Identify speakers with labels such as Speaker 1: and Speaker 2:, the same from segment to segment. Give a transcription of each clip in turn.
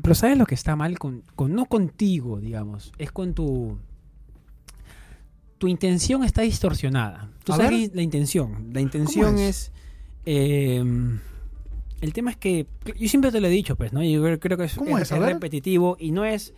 Speaker 1: pero ¿sabes lo que está mal? Con, con, no contigo, digamos. Es con tu. Tu intención está distorsionada. ¿Tú
Speaker 2: A
Speaker 1: sabes
Speaker 2: ver.
Speaker 1: qué es la intención? La intención es. eh, el tema es que. Yo siempre te lo he dicho, pues, ¿no? Yo creo- creo que es,
Speaker 2: ¿Cómo es? A ver.
Speaker 1: repetitivo y no es.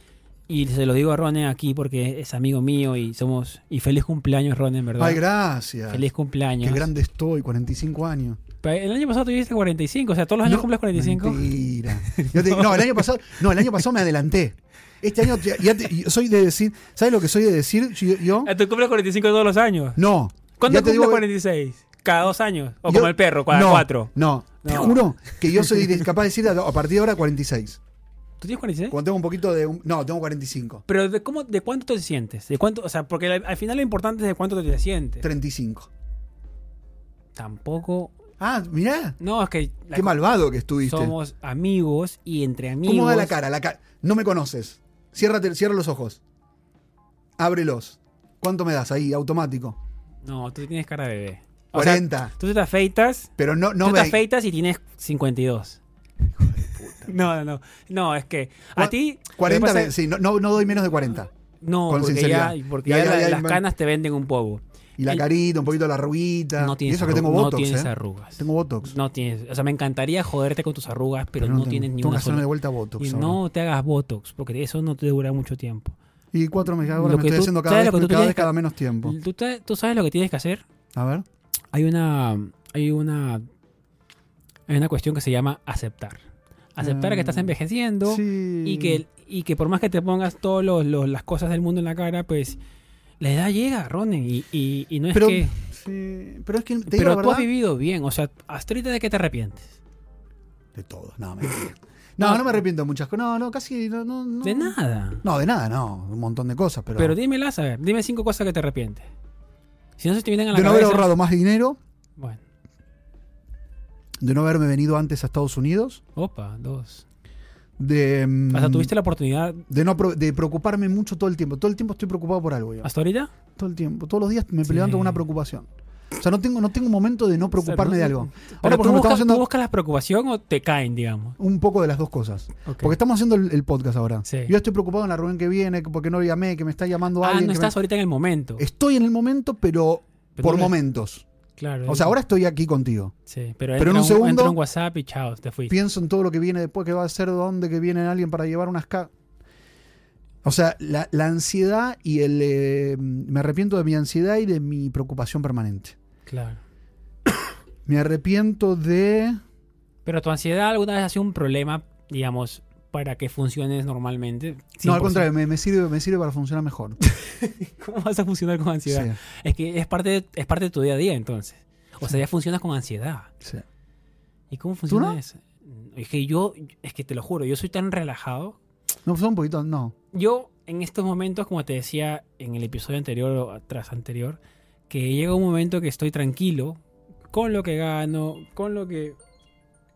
Speaker 1: Y se lo digo a Ronen aquí porque es amigo mío y somos. Y feliz cumpleaños, Ronen, ¿verdad?
Speaker 2: Ay, gracias.
Speaker 1: Feliz cumpleaños.
Speaker 2: Qué grande estoy, 45 años.
Speaker 1: Pa- El año pasado tuviste 45, o sea, todos los años
Speaker 2: No,
Speaker 1: Ah, cumples 45.
Speaker 2: Mentira. Yo te- no, el año pasado, no, el año pasado me adelanté. Este año ya- ya te- yo soy de decir, ¿sabes lo que soy de decir? Yo, yo-
Speaker 1: Ah, Tú cumples 45 todos los años.
Speaker 2: no.
Speaker 1: ¿Cuándo
Speaker 2: Ya te
Speaker 1: cumples
Speaker 2: digo- eh,
Speaker 1: 46? ¿Cada dos años? ¿O
Speaker 2: yo-
Speaker 1: como el perro, cada
Speaker 2: no,
Speaker 1: cuatro?
Speaker 2: No, te
Speaker 1: No.
Speaker 2: juro que yo soy de- capaz de decir a, a partir de ahora 46.
Speaker 1: ¿Tú tienes 46?
Speaker 2: Cuando tengo un poquito de. un- no, tengo 45.
Speaker 1: Pero de, cómo, ¿de cuánto te sientes? ¿De cuánto, o sea, porque al al final lo importante es de cuánto te sientes.
Speaker 2: 35.
Speaker 1: Tampoco...
Speaker 2: Ah, mirá.
Speaker 1: No, es que la
Speaker 2: Qué
Speaker 1: co-
Speaker 2: malvado que estuviste.
Speaker 1: somos amigos y entre amigos...
Speaker 2: ¿Cómo da la cara? La ca- no me conoces. Ciérrate, cierra los ojos. Ábrelos. ¿Cuánto me das ahí? Automático.
Speaker 1: No, tú tienes cara de bebé. O sea,
Speaker 2: 40.
Speaker 1: tú te afeitas,
Speaker 2: pero no, no
Speaker 1: tú
Speaker 2: me.
Speaker 1: te afeitas y tienes 52. No, no, no. No, es que a
Speaker 2: Cua-
Speaker 1: ti... lo que
Speaker 2: 40,
Speaker 1: pasa-
Speaker 2: me- sí, no, no, no doy menos de 40.
Speaker 1: No,
Speaker 2: Con
Speaker 1: porque
Speaker 2: sinceridad.
Speaker 1: ya, porque
Speaker 2: Ya,
Speaker 1: ya
Speaker 2: ya,
Speaker 1: la-
Speaker 2: ya,
Speaker 1: las
Speaker 2: man.
Speaker 1: canas te venden un poco.
Speaker 2: Y la
Speaker 1: El-
Speaker 2: carita, un poquito de la arruguita.
Speaker 1: No
Speaker 2: y
Speaker 1: tienes,
Speaker 2: eso que tengo
Speaker 1: arru-
Speaker 2: botox.
Speaker 1: no tienes
Speaker 2: ¿eh?
Speaker 1: arrugas.
Speaker 2: Tengo botox.
Speaker 1: No tienes, o sea, me encantaría joderte con tus arrugas, pero, no,
Speaker 2: tengo.
Speaker 1: tienes ni
Speaker 2: Tengo que
Speaker 1: una
Speaker 2: hacerme de
Speaker 1: sola.
Speaker 2: vuelta botox.
Speaker 1: Y
Speaker 2: ahora.
Speaker 1: no te hagas botox, porque eso no te dura mucho tiempo.
Speaker 2: Y cuatro meses. Ahora
Speaker 1: Lo
Speaker 2: me
Speaker 1: que
Speaker 2: estoy
Speaker 1: tú-
Speaker 2: haciendo cada
Speaker 1: ¿sabes
Speaker 2: vez,
Speaker 1: lo que tú
Speaker 2: cada,
Speaker 1: tienes
Speaker 2: vez
Speaker 1: que-
Speaker 2: cada menos tiempo.
Speaker 1: ¿Tú, te- tú sabes lo que tienes que hacer?
Speaker 2: A ver.
Speaker 1: Hay una hay una hay una cuestión que se llama aceptar. Aceptar que estás
Speaker 2: Ah,
Speaker 1: envejeciendo
Speaker 2: Sí.
Speaker 1: y que y que por más que te pongas todas las cosas del mundo en la cara, pues la edad llega, Ronen, y, y- y no es
Speaker 2: Pero,
Speaker 1: que
Speaker 2: sí, pero es que te digo
Speaker 1: pero
Speaker 2: la
Speaker 1: tú has
Speaker 2: verdad.
Speaker 1: vivido bien, o sea, hasta ahorita de qué te arrepientes.
Speaker 2: De todo. No, mentira. no, no me arrepiento de muchas cosas. No, no, casi. No, no, no.
Speaker 1: De nada.
Speaker 2: No, de nada, no. Un montón de cosas. Pero,
Speaker 1: Pero dímelas, a ver, dime cinco cosas que te arrepientes. Si no se te vienen a la
Speaker 2: de no haber
Speaker 1: cabeza.
Speaker 2: ahorrado más dinero,
Speaker 1: Bueno,
Speaker 2: de no haberme venido antes a Estados Unidos,
Speaker 1: opa, dos.
Speaker 2: de. mm,
Speaker 1: Hasta tuviste la oportunidad
Speaker 2: de no pro- de preocuparme mucho todo el tiempo. Todo el tiempo estoy preocupado por algo. yo.
Speaker 1: hasta ahorita.
Speaker 2: Todo el tiempo. Todos los días me
Speaker 1: Sí.
Speaker 2: levanto con una preocupación. O sea, no tengo, no tengo momento de no preocuparme
Speaker 1: no-
Speaker 2: de algo.
Speaker 1: Pero
Speaker 2: Ahora, por
Speaker 1: tú,
Speaker 2: ejemplo,
Speaker 1: buscas,
Speaker 2: estamos
Speaker 1: tú
Speaker 2: haciendo
Speaker 1: buscas la preocupación o te caen, digamos.
Speaker 2: un poco de las dos cosas.
Speaker 1: Ok.
Speaker 2: Porque estamos haciendo el, el podcast ahora.
Speaker 1: Sí.
Speaker 2: Yo estoy preocupado en la reunión que viene, que- porque no llamé, que me está llamando
Speaker 1: ah,
Speaker 2: alguien.
Speaker 1: no
Speaker 2: que me-
Speaker 1: estás ahorita en el momento.
Speaker 2: Estoy en el momento, pero,
Speaker 1: Pero
Speaker 2: por
Speaker 1: no-
Speaker 2: momentos.
Speaker 1: Claro.
Speaker 2: O sea, ahora estoy aquí contigo.
Speaker 1: Sí, pero,
Speaker 2: pero
Speaker 1: entra,
Speaker 2: en un
Speaker 1: un
Speaker 2: segundo-
Speaker 1: entra un WhatsApp y chao, te fuiste.
Speaker 2: Pienso en todo lo que viene después, que va a ser, dónde, que viene alguien para llevar unas... Ca o sea, la, la ansiedad y el... eh, me arrepiento de mi ansiedad y de mi preocupación permanente.
Speaker 1: Claro.
Speaker 2: Me arrepiento de...
Speaker 1: Pero tu ansiedad alguna vez ha sido un problema, digamos, para que funciones normalmente.
Speaker 2: No, al
Speaker 1: 100%.
Speaker 2: contrario, me, me sirve, me sirve para funcionar mejor.
Speaker 1: ¿Cómo vas a funcionar con ansiedad? Es que es parte, de, es parte de tu día a día, entonces. O sea, ya funcionas con ansiedad.
Speaker 2: Sí, sí.
Speaker 1: ¿Y cómo funciona
Speaker 2: no?
Speaker 1: eso? Es que yo, es que te lo juro, yo soy tan relajado.
Speaker 2: No, son un poquito, no.
Speaker 1: Yo, en estos momentos, como te decía en el episodio anterior o tras anterior, que llega un momento que estoy tranquilo con lo que gano, con lo que.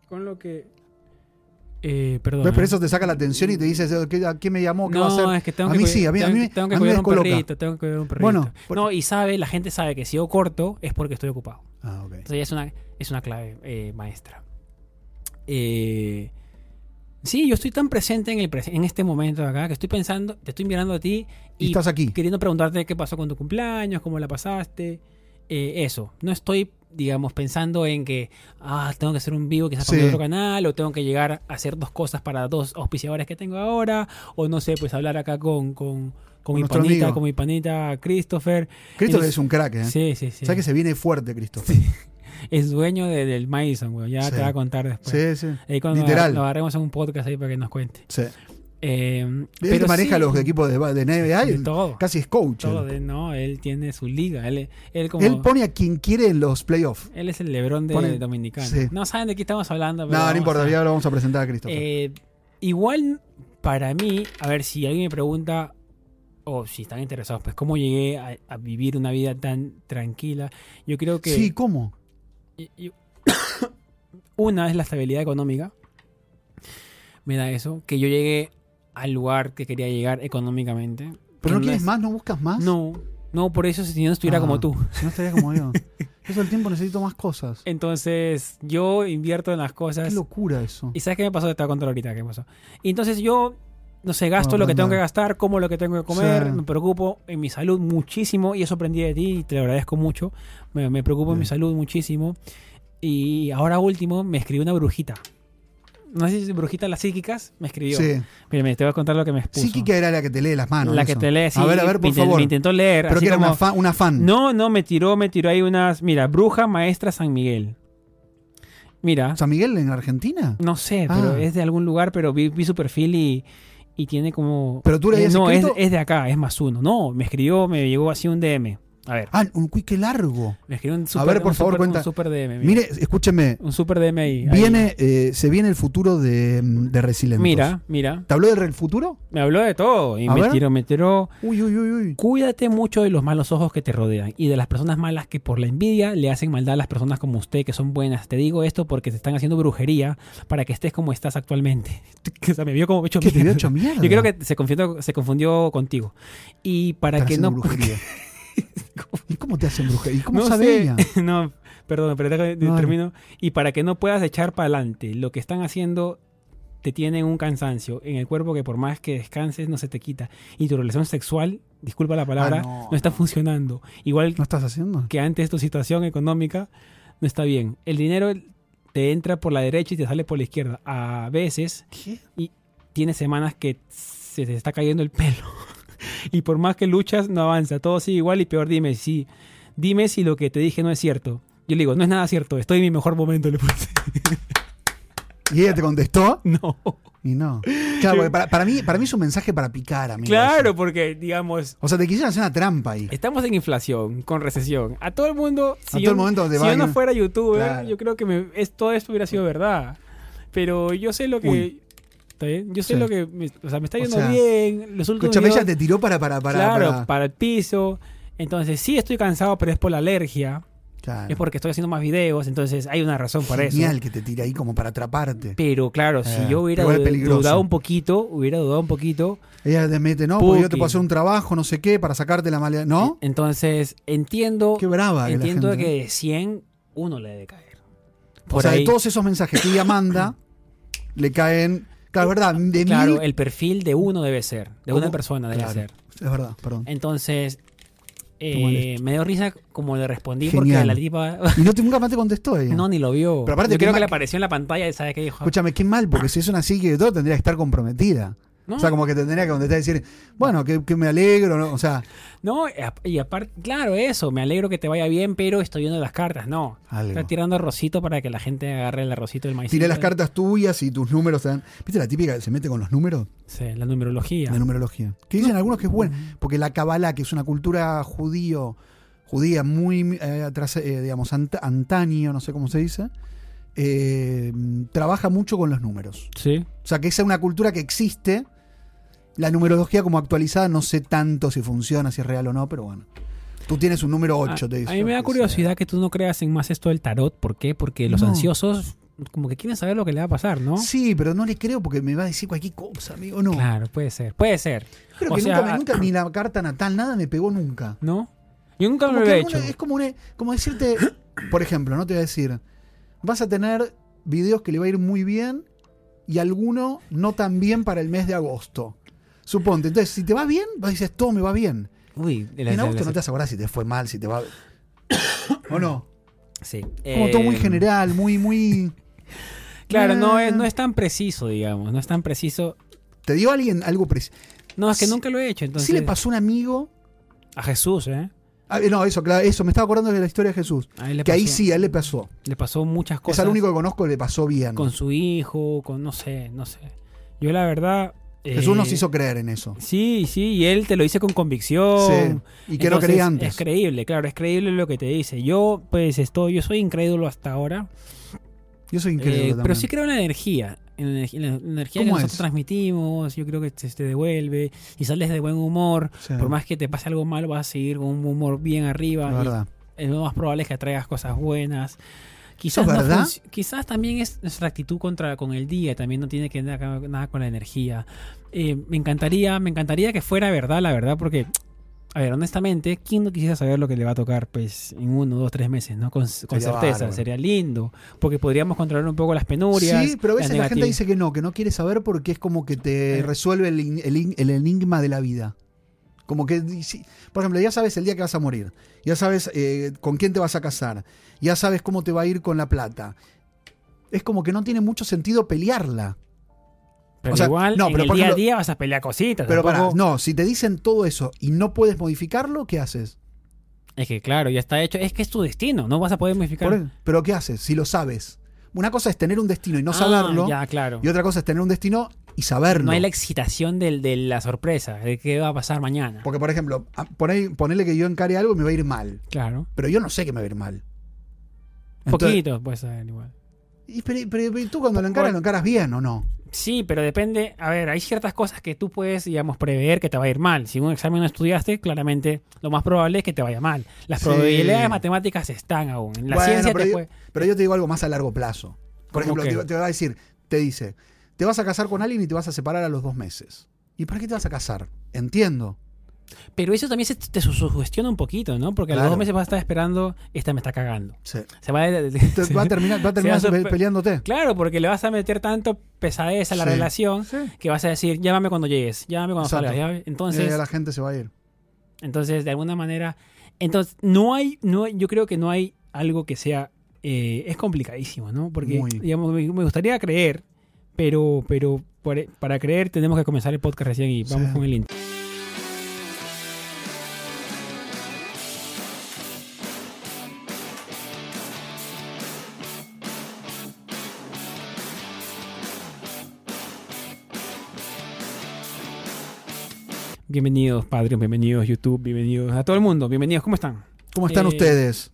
Speaker 1: con lo que. Eh, perdón.
Speaker 2: Pero
Speaker 1: ¿eh?
Speaker 2: eso te saca la atención y te dices, "¿A qué- ¿a quién me llamó? ¿Qué va a
Speaker 1: No,
Speaker 2: hacer?
Speaker 1: es que tengo
Speaker 2: A
Speaker 1: que
Speaker 2: mí
Speaker 1: cuida-
Speaker 2: sí, a mí- a
Speaker 1: tengo,
Speaker 2: mí-
Speaker 1: tengo que
Speaker 2: a mí me
Speaker 1: cuidar un
Speaker 2: descoloca.
Speaker 1: perrito, tengo que cuidar un perrito.
Speaker 2: Bueno, por-
Speaker 1: no, y sabe, la gente sabe que si yo corto es porque estoy ocupado.
Speaker 2: Ah, ok.
Speaker 1: Entonces ya es una, es una clave eh, maestra. Eh, sí, yo estoy tan presente en, el, presen- en este momento de acá que estoy pensando, te estoy mirando a ti
Speaker 2: Y,
Speaker 1: y,
Speaker 2: estás aquí.
Speaker 1: queriendo preguntarte qué pasó con tu cumpleaños, cómo la pasaste. eh, eso, no estoy, digamos, pensando en que, ah, tengo que hacer un vivo quizás para
Speaker 2: Sí.
Speaker 1: mi otro canal, o tengo que llegar a hacer dos cosas para dos auspiciadores que tengo ahora, o no sé, pues hablar acá con, con, con mi
Speaker 2: nuestro
Speaker 1: panita,
Speaker 2: amigo.
Speaker 1: con mi panita Christopher.
Speaker 2: Cristo
Speaker 1: Entonces-
Speaker 2: es un crack, ¿eh?
Speaker 1: Sí, sí, sí.
Speaker 2: ¿Sabes que se viene fuerte, Cristo? Sí,
Speaker 1: Sí. Es dueño de- del Madison, güey. Ya
Speaker 2: Sí.
Speaker 1: te va a contar después.
Speaker 2: sí.
Speaker 1: Ahí cuando
Speaker 2: Literal.
Speaker 1: lo agarremos en un podcast ahí para que nos cuente.
Speaker 2: sí.
Speaker 1: Eh,
Speaker 2: Él
Speaker 1: pero
Speaker 2: maneja
Speaker 1: sí,
Speaker 2: los equipos de, de NBA.
Speaker 1: de
Speaker 2: él
Speaker 1: todo.
Speaker 2: casi es coach.
Speaker 1: todo
Speaker 2: él.
Speaker 1: de- no, él tiene su liga. Él, él como,
Speaker 2: Él pone a quien quiere en los playoffs.
Speaker 1: él es el Lebrón de
Speaker 2: pone-
Speaker 1: Dominicano.
Speaker 2: sí.
Speaker 1: No saben de qué estamos hablando. pero
Speaker 2: No, no
Speaker 1: vamos
Speaker 2: importa,
Speaker 1: a-
Speaker 2: ya lo vamos a presentar a Cristo.
Speaker 1: Eh, igual, para mí, a ver si alguien me pregunta, o si están interesados, pues cómo llegué a, a vivir una vida tan tranquila. Yo creo que.
Speaker 2: sí, ¿cómo?
Speaker 1: Y- y- una es la estabilidad económica. Me da eso. Que yo llegué al lugar que quería llegar económicamente.
Speaker 2: ¿Pero no
Speaker 1: Que
Speaker 2: quieres
Speaker 1: es-
Speaker 2: más? ¿No buscas más?
Speaker 1: No. No, por eso si no estuviera
Speaker 2: Ah.
Speaker 1: como tú. Eh,
Speaker 2: Si no estaría como yo. Eso el tiempo necesito más cosas.
Speaker 1: Entonces, yo invierto en las
Speaker 2: Qué
Speaker 1: cosas.
Speaker 2: locura eso.
Speaker 1: ¿Y sabes qué me pasó? Te voy a contar ahorita qué pasó. Y entonces yo, no sé, gasto
Speaker 2: No,
Speaker 1: lo que
Speaker 2: aprende.
Speaker 1: tengo que gastar, como lo que tengo que comer,
Speaker 2: Sí.
Speaker 1: me preocupo en mi salud muchísimo y eso aprendí de ti y te lo agradezco mucho. Me, me preocupo en
Speaker 2: Sí.
Speaker 1: mi salud muchísimo. Y ahora último, me escribió una brujita. No sé si brujita las psíquicas me escribió.
Speaker 2: Sí.
Speaker 1: Mira, mira, te voy a contar lo que me expuso.
Speaker 2: Psíquica era la que te lee las manos.
Speaker 1: la
Speaker 2: eso.
Speaker 1: que te lee, sí,
Speaker 2: A ver, a ver,
Speaker 1: me
Speaker 2: por
Speaker 1: inten-
Speaker 2: favor.
Speaker 1: Me intentó leer.
Speaker 2: Pero
Speaker 1: así
Speaker 2: que era
Speaker 1: como-
Speaker 2: una, fa- una fan.
Speaker 1: No, no, me tiró, me tiró ahí unas. Mira, bruja maestra San Miguel. Mira,
Speaker 2: ¿San Miguel en Argentina?
Speaker 1: no sé, pero
Speaker 2: Ah.
Speaker 1: es de algún lugar, pero vi, vi su perfil y, y tiene como.
Speaker 2: ¿Pero tú
Speaker 1: Eh,
Speaker 2: le habías
Speaker 1: No, es,
Speaker 2: escrito?
Speaker 1: es de acá, es más uno. No, me escribió, me llegó así un DM. A ver,
Speaker 2: Ah, un cuique largo.
Speaker 1: me escribió un super,
Speaker 2: ver, por
Speaker 1: un
Speaker 2: favor,
Speaker 1: super-
Speaker 2: cuenta.
Speaker 1: Un super DM. mira.
Speaker 2: Mire, escúcheme.
Speaker 1: Un super DM ahí. ahí.
Speaker 2: Viene, eh, se viene el futuro de, mm, de Resilientos.
Speaker 1: Mira, mira.
Speaker 2: ¿Te habló del re- futuro?
Speaker 1: Me habló de todo y
Speaker 2: A
Speaker 1: me
Speaker 2: ver.
Speaker 1: tiró, me tiró.
Speaker 2: Uy, uy, uy, uy.
Speaker 1: Cuídate mucho de los malos ojos que te rodean y de las personas malas que por la envidia le hacen maldad a las personas como usted que son buenas. Te digo esto porque te están haciendo brujería para que estés como estás actualmente. o sea, me vio como hecho
Speaker 2: ¿Qué te había
Speaker 1: mierda.
Speaker 2: hecho mierda?
Speaker 1: Yo creo que se confundió, se confundió contigo. Y para
Speaker 2: Están
Speaker 1: que
Speaker 2: haciendo
Speaker 1: no...
Speaker 2: brujería. ¿Y cómo te hacen brujería? ¿Y cómo
Speaker 1: no
Speaker 2: sabe
Speaker 1: sé.
Speaker 2: ella?
Speaker 1: no, perdón, pero déjame-
Speaker 2: No, dale.
Speaker 1: termino. Y para que no puedas echar para adelante, lo que están haciendo te tienen un cansancio en el cuerpo que por más que descanses no se te quita. Y tu relación sexual, disculpa la palabra,
Speaker 2: Ah,
Speaker 1: no,
Speaker 2: no,
Speaker 1: está
Speaker 2: no.
Speaker 1: funcionando. Igual
Speaker 2: ¿No estás haciendo?
Speaker 1: que antes tu situación económica no está bien. El dinero te entra por la derecha y te sale por la izquierda. A veces
Speaker 2: ¿Qué?
Speaker 1: tienes semanas que se te está cayendo el pelo. y por más que luchas, no avanza. Todo sigue igual y peor. Dime si, dime si lo que te dije no es cierto. Yo le digo, no es nada cierto, estoy en mi mejor momento, le puse.
Speaker 2: ¿Y ella te contestó?
Speaker 1: No.
Speaker 2: Y no. Claro, porque para, para mí, para mí es un mensaje para picar, amigo.
Speaker 1: Claro, porque, digamos,
Speaker 2: O sea, te quisieron hacer una trampa ahí.
Speaker 1: estamos en inflación, con recesión. A todo el mundo, si,
Speaker 2: A
Speaker 1: yo,
Speaker 2: todo el momento te
Speaker 1: si yo
Speaker 2: van
Speaker 1: no
Speaker 2: a-
Speaker 1: fuera youtuber,
Speaker 2: Claro.
Speaker 1: yo creo que me- es, todo esto hubiera sido verdad. Pero yo sé lo que...
Speaker 2: Uy.
Speaker 1: ¿Está bien? Yo sé
Speaker 2: Sí.
Speaker 1: lo que... me- o sea, me está
Speaker 2: O
Speaker 1: yendo
Speaker 2: sea,
Speaker 1: bien. Los últimos
Speaker 2: Escúchame,
Speaker 1: videos-
Speaker 2: ella te tiró para, para, para.
Speaker 1: claro, para...
Speaker 2: para-
Speaker 1: el piso. Entonces, sí estoy cansado, pero es por la alergia.
Speaker 2: Claro.
Speaker 1: Es porque estoy haciendo más videos, entonces hay una razón para eso.
Speaker 2: Genial que te tira ahí como para atraparte.
Speaker 1: Pero claro, si
Speaker 2: Eh,
Speaker 1: yo hubiera
Speaker 2: igual es
Speaker 1: dud-
Speaker 2: peligroso.
Speaker 1: dudado un poquito, hubiera dudado un poquito,
Speaker 2: Ella te mete, ¿no? Porque yo te
Speaker 1: Puki.
Speaker 2: puedo hacer un trabajo, no sé qué, para sacarte la mala. ¿No?
Speaker 1: entonces entiendo,
Speaker 2: Qué brava. que la
Speaker 1: entiendo
Speaker 2: gente, ¿no?
Speaker 1: que de 100 uno le debe caer. Por
Speaker 2: O sea,
Speaker 1: ahí,
Speaker 2: de todos esos mensajes que ella manda, le caen. Claro, es verdad. De
Speaker 1: claro,
Speaker 2: mil-
Speaker 1: el perfil de uno debe ser, de una
Speaker 2: ¿Cómo?
Speaker 1: persona debe
Speaker 2: Claro.
Speaker 1: ser.
Speaker 2: Es verdad, perdón.
Speaker 1: Entonces, eh,
Speaker 2: Qué molesto.
Speaker 1: me dio risa como le respondí porque
Speaker 2: Genial.
Speaker 1: la tipa
Speaker 2: Y no te, nunca más te contestó ella.
Speaker 1: no ni lo vio.
Speaker 2: Pero aparte
Speaker 1: Yo
Speaker 2: que
Speaker 1: creo
Speaker 2: ma-
Speaker 1: que le apareció en la pantalla y sabe qué dijo.
Speaker 2: Escúchame, qué mal, porque si es una psique de todo, tendría que estar comprometida.
Speaker 1: No,
Speaker 2: O sea, como que tendría que contestar y decir, bueno, que, que me alegro, ¿no? O sea,
Speaker 1: No, y ap- y aparte, claro, eso, me alegro que te vaya bien, pero estoy viendo las cartas, no. Está
Speaker 2: algo.
Speaker 1: tirando arrocito para que la gente agarre el arrocito del maíz.
Speaker 2: Tiré las cartas tuyas y tus números te dan. ¿Viste la típica que se mete con los números?
Speaker 1: Sí, la numerología.
Speaker 2: De numerología. Que dicen algunos que es
Speaker 1: Mm.
Speaker 2: buena. Porque la Kabbalah, que es una cultura judío, judía muy eh, atrás, eh, digamos, ant- antaño, no sé cómo se dice, eh, trabaja mucho con los números.
Speaker 1: Sí.
Speaker 2: O sea, que esa es una cultura que existe. La numerología como actualizada, no sé tanto si funciona, si es real o no, pero bueno. Tú tienes un número 8,
Speaker 1: a,
Speaker 2: te dice.
Speaker 1: Ah, a mí me da
Speaker 2: que
Speaker 1: curiosidad que tú no creas en más esto del tarot. ¿Por qué? Porque los
Speaker 2: No.
Speaker 1: ansiosos como que quieren saber lo que le va a pasar, ¿no?
Speaker 2: sea. Sí, pero no le creo porque me va a decir cualquier cosa, amigo. No.
Speaker 1: Claro, puede ser. Puede ser,
Speaker 2: Creo
Speaker 1: o
Speaker 2: que
Speaker 1: sea, ah,
Speaker 2: nunca, me- nunca ni la carta natal, nada me pegó nunca.
Speaker 1: ¿no? Yo nunca me
Speaker 2: Como
Speaker 1: lo
Speaker 2: que
Speaker 1: he
Speaker 2: alguna-
Speaker 1: hecho.
Speaker 2: es como, una- como decirte, por ejemplo, no te voy a decir, vas a tener videos que le va a ir muy bien y alguno no tan bien para el mes de agosto. Suponte, entonces si te va bien, vos dices, todo me va bien.
Speaker 1: Uy,
Speaker 2: Y en agosto no te vas a acordar si te fue mal, si te va... ¿O no?
Speaker 1: Sí.
Speaker 2: Como todo muy
Speaker 1: Eh,
Speaker 2: general, muy, muy...
Speaker 1: Claro, no
Speaker 2: Eh.
Speaker 1: es, no es tan preciso, digamos. No es tan preciso.
Speaker 2: ¿Te dio alguien algo preciso?
Speaker 1: No, es que
Speaker 2: Sí.
Speaker 1: nunca lo he hecho. Entonces,
Speaker 2: Sí le pasó a un amigo...
Speaker 1: a Jesús, ¿eh?
Speaker 2: Ah, no, eso, claro, eso, me estaba acordando de la historia de Jesús.
Speaker 1: A él le
Speaker 2: Que ahí
Speaker 1: pasó-
Speaker 2: sí, a él le pasó.
Speaker 1: Le pasó muchas
Speaker 2: Es
Speaker 1: cosas.
Speaker 2: al único que conozco que le pasó bien.
Speaker 1: con su hijo, con no sé, no sé. Yo la verdad... eh,
Speaker 2: Jesús nos hizo creer en eso.
Speaker 1: Sí, sí, y él te lo dice con convicción.
Speaker 2: Sí, y que no
Speaker 1: oh, Entonces,
Speaker 2: creía antes.
Speaker 1: Es creíble, claro, es creíble lo que te dice. Yo, pues, estoy, yo soy incrédulo hasta ahora,
Speaker 2: Yo soy
Speaker 1: eh,
Speaker 2: increíble.
Speaker 1: pero sí creo en la energía. En la, energi- en la energía que
Speaker 2: ¿Cómo
Speaker 1: nosotros
Speaker 2: es?
Speaker 1: transmitimos, yo creo que te, te devuelve. Y sales de buen humor. Por más que te pase algo malo, vas a seguir con un humor bien arriba.
Speaker 2: La
Speaker 1: y
Speaker 2: verdad.
Speaker 1: eh, lo más probable es que atraigas cosas buenas. Quizás,
Speaker 2: ¿Eso es
Speaker 1: no
Speaker 2: verdad?
Speaker 1: func- quizás también es nuestra actitud contra con el día, también no tiene que ver nada, nada con la energía. Eh, me encantaría, me encantaría que fuera verdad, la verdad, porque A ver, honestamente, ¿quién no quisiera saber lo que le va a tocar pues, en uno, dos, tres meses? ¿no? Con, con
Speaker 2: Sería
Speaker 1: certeza,
Speaker 2: bárbaro.
Speaker 1: sería lindo, porque podríamos controlar un poco las penurias.
Speaker 2: Sí, pero a
Speaker 1: las
Speaker 2: veces la gente
Speaker 1: negativas.
Speaker 2: dice que no, que no quiere saber porque es como que te
Speaker 1: Eh.
Speaker 2: resuelve el, in- el in- el enigma de la vida. Como que, si- por ejemplo, ya sabes el día que vas a morir, ya sabes eh, con quién te vas a casar, ya sabes cómo te va a ir con la plata. Es como que no tiene mucho sentido pelearla.
Speaker 1: Pero
Speaker 2: o sea,
Speaker 1: igual,
Speaker 2: no,
Speaker 1: en
Speaker 2: pero
Speaker 1: el
Speaker 2: por
Speaker 1: día a
Speaker 2: ejemplo-
Speaker 1: día vas a pelear cositas.
Speaker 2: Pero pará,
Speaker 1: tampoco-
Speaker 2: no, si te dicen todo eso y no puedes modificarlo, ¿qué haces?
Speaker 1: Es que claro, ya está hecho. Es que es tu destino, no vas a poder modificar.
Speaker 2: Por él. Pero ¿qué haces si lo sabes? Una cosa es tener un destino y no
Speaker 1: Ah,
Speaker 2: saberlo,
Speaker 1: Ya, claro.
Speaker 2: y otra cosa es tener un destino y saberlo.
Speaker 1: No hay la excitación del, de la sorpresa, de qué va a pasar mañana.
Speaker 2: Porque, por ejemplo, a- por ahí- ponele que yo encare algo y me va a ir mal.
Speaker 1: Claro.
Speaker 2: Pero yo no sé que me va a ir mal. Entonces-
Speaker 1: Poquito puede ser igual.
Speaker 2: y pero, pero- pero tú cuando lo encaras,
Speaker 1: Por-
Speaker 2: lo encaras bien o no.
Speaker 1: Sí, pero depende. A ver, hay ciertas cosas que tú puedes, digamos, prever que te va a ir mal. Si un examen no estudiaste, claramente lo más probable es que te vaya mal. Las
Speaker 2: Sí.
Speaker 1: probabilidades matemáticas están aún. En la
Speaker 2: Bueno,
Speaker 1: ciencia
Speaker 2: pero
Speaker 1: te
Speaker 2: yo-
Speaker 1: puede-
Speaker 2: Pero yo te digo algo más a largo plazo. Por
Speaker 1: ¿Cómo
Speaker 2: ejemplo,
Speaker 1: qué?
Speaker 2: te, te va a decir, te dice, te vas a casar con alguien y te vas a separar a los dos meses. ¿Y para qué te vas a casar? Entiendo.
Speaker 1: Pero eso también se te su- sugestiona un poquito, ¿no? Porque a
Speaker 2: Claro.
Speaker 1: los dos meses vas a estar esperando, esta me está cagando.
Speaker 2: Sí.
Speaker 1: Se va a-
Speaker 2: Te- va a terminar, va a terminar
Speaker 1: Se va a
Speaker 2: pe-
Speaker 1: suspe-
Speaker 2: peleándote.
Speaker 1: Claro, porque le vas a meter tanto pesadez a la
Speaker 2: Sí.
Speaker 1: relación
Speaker 2: Sí.
Speaker 1: que vas a decir, llámame cuando llegues, llámame cuando
Speaker 2: Exacto.
Speaker 1: salgas. llámame".
Speaker 2: Y
Speaker 1: Entonces,
Speaker 2: ahí la gente se va a ir.
Speaker 1: entonces, de alguna manera, entonces, no hay, no hay- yo creo que no hay algo que sea, eh, es complicadísimo, ¿no? Porque,
Speaker 2: Muy.
Speaker 1: digamos, me, me gustaría creer, pero, pero por- e, para creer tenemos que comenzar el podcast recién y vamos
Speaker 2: Sí.
Speaker 1: con el intro. Bienvenidos, Patreon, bienvenidos, YouTube, bienvenidos a todo el mundo, bienvenidos, ¿cómo están?
Speaker 2: ¿Cómo están
Speaker 1: Eh,
Speaker 2: ustedes?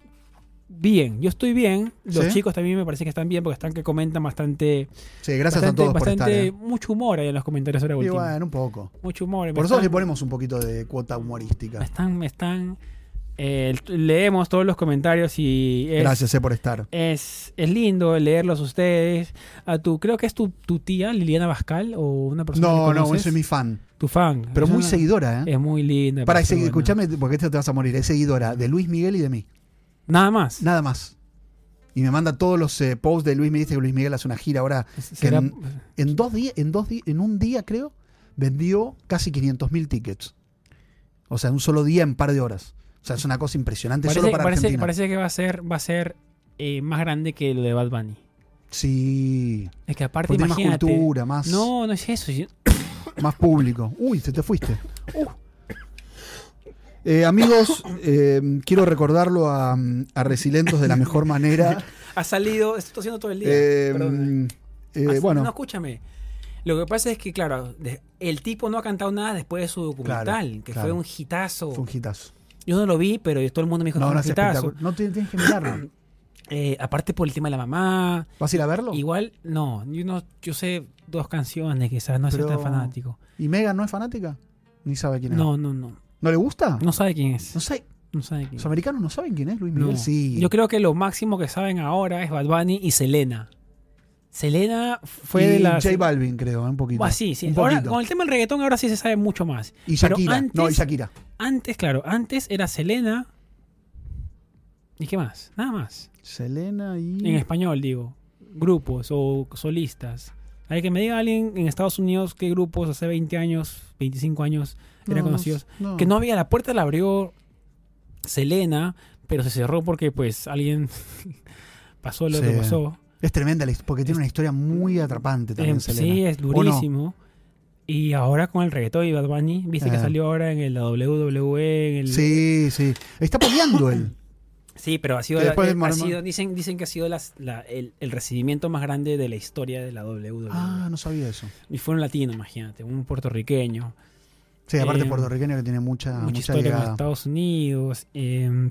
Speaker 1: Bien, yo estoy bien, los
Speaker 2: ¿Sí?
Speaker 1: chicos también me parece que están bien porque están que comentan bastante,
Speaker 2: Sí, gracias
Speaker 1: bastante,
Speaker 2: a todos por estar.
Speaker 1: bastante-
Speaker 2: ¿eh?
Speaker 1: mucho humor ahí en los comentarios ahora
Speaker 2: Y
Speaker 1: último.
Speaker 2: bueno, un poco.
Speaker 1: Mucho humor. me
Speaker 2: Por eso le
Speaker 1: están-
Speaker 2: ponemos un poquito de cuota humorística.
Speaker 1: Me están, me están. eh, leemos todos los comentarios y es,
Speaker 2: Gracias eh, por estar.
Speaker 1: es, es lindo leerlos ustedes. A tu, creo que es tu, tu tía, Liliana Bascal, o una persona
Speaker 2: No,
Speaker 1: que
Speaker 2: no,
Speaker 1: conoces,
Speaker 2: soy mi fan.
Speaker 1: tu fan.
Speaker 2: Pero
Speaker 1: Es
Speaker 2: muy
Speaker 1: una-
Speaker 2: seguidora, ¿eh?
Speaker 1: Es muy linda.
Speaker 2: Para,
Speaker 1: persona.
Speaker 2: escúchame, porque esto te vas a morir. Es seguidora de Luis Miguel y de mí.
Speaker 1: Nada más.
Speaker 2: Nada más. Y me manda todos los eh, posts de Luis Miguel. Dice que Luis Miguel hace una gira ahora.
Speaker 1: Será-
Speaker 2: que En dos días, en dos di- en un día, creo, vendió casi 500 mil tickets. O sea, en un solo día, en par de horas. O sea, es una cosa impresionante
Speaker 1: parece,
Speaker 2: solo para
Speaker 1: parece-
Speaker 2: Argentina.
Speaker 1: parece que va a ser, va a ser eh, más grande que lo de Bad Bunny.
Speaker 2: Sí.
Speaker 1: Es que aparte,
Speaker 2: Porque tiene más
Speaker 1: imagínate.
Speaker 2: cultura, más,
Speaker 1: No, no es eso. yo-
Speaker 2: más público. Uy, se te fuiste. Uh. Eh, amigos, eh, quiero recordarlo a, a Resilentos de la mejor manera.
Speaker 1: Ha salido, estoy haciendo todo el día.
Speaker 2: Eh,
Speaker 1: perdona.
Speaker 2: eh,
Speaker 1: Así-
Speaker 2: bueno,
Speaker 1: No, escúchame. Lo que pasa es que, claro, de- el tipo no ha cantado nada después de su documental,
Speaker 2: Claro,
Speaker 1: que
Speaker 2: claro.
Speaker 1: fue un hitazo.
Speaker 2: fue un hitazo.
Speaker 1: Yo no lo vi, pero todo el mundo me dijo
Speaker 2: No,
Speaker 1: que fue
Speaker 2: no es
Speaker 1: un hitazo.
Speaker 2: espectacular. No te- tienes que mirarlo.
Speaker 1: Eh, aparte por el tema de la mamá.
Speaker 2: ¿Vas a ir a verlo?
Speaker 1: Igual, no, yo no, yo sé dos canciones, quizás, no soy
Speaker 2: Pero-
Speaker 1: tan fanático.
Speaker 2: ¿Y Megan no es fanática? Ni sabe quién es.
Speaker 1: No, no, no.
Speaker 2: ¿No le gusta?
Speaker 1: No sabe quién es.
Speaker 2: No sé.
Speaker 1: No sabe quién
Speaker 2: Los
Speaker 1: es.
Speaker 2: americanos no saben quién es Luis Miguel.
Speaker 1: No.
Speaker 2: Sí.
Speaker 1: Yo creo que lo máximo que saben ahora es Bad Bunny y Selena. Selena fue de
Speaker 2: Y
Speaker 1: las.
Speaker 2: J Balvin, creo, ¿eh? un poquito.
Speaker 1: Ah, sí, sí.
Speaker 2: Un
Speaker 1: Ahora,
Speaker 2: poquito.
Speaker 1: con el tema del reggaetón ahora sí se sabe mucho más.
Speaker 2: Y
Speaker 1: Pero
Speaker 2: Shakira.
Speaker 1: antes-
Speaker 2: No, y Shakira.
Speaker 1: Antes, claro, antes era Selena. ¿Y qué más? Nada más.
Speaker 2: Selena
Speaker 1: En
Speaker 2: y.
Speaker 1: español, digo. Grupos o solistas. Hay que me diga alguien en Estados Unidos qué grupos hace 20 años, 25 años eran conocidos. Que no había, la puerta la abrió Selena, pero se cerró porque pues alguien pasó lo que
Speaker 2: Sí.
Speaker 1: pasó.
Speaker 2: Es tremenda, la his- porque tiene una historia muy atrapante también,
Speaker 1: Eh,
Speaker 2: Selena.
Speaker 1: sí, es
Speaker 2: ¿O no?
Speaker 1: durísimo. Y ahora con el reggaetón y Bad Bunny, viste que
Speaker 2: Eh.
Speaker 1: salió ahora en el WWE, en el
Speaker 2: Sí, sí. Está peleando él.
Speaker 1: Sí, pero ha sido,
Speaker 2: Que después
Speaker 1: eh,
Speaker 2: de
Speaker 1: ha
Speaker 2: Mar-
Speaker 1: sido- dicen, dicen que ha sido las- la- el, el recibimiento más grande de la historia de la WWE.
Speaker 2: Ah, no sabía eso.
Speaker 1: Y fue un latino, imagínate, un puertorriqueño.
Speaker 2: Sí, aparte
Speaker 1: Eh,
Speaker 2: puertorriqueño que tiene Ah, mucha,
Speaker 1: mucha,
Speaker 2: mucha
Speaker 1: historia con
Speaker 2: llegada.
Speaker 1: Estados Unidos. eh,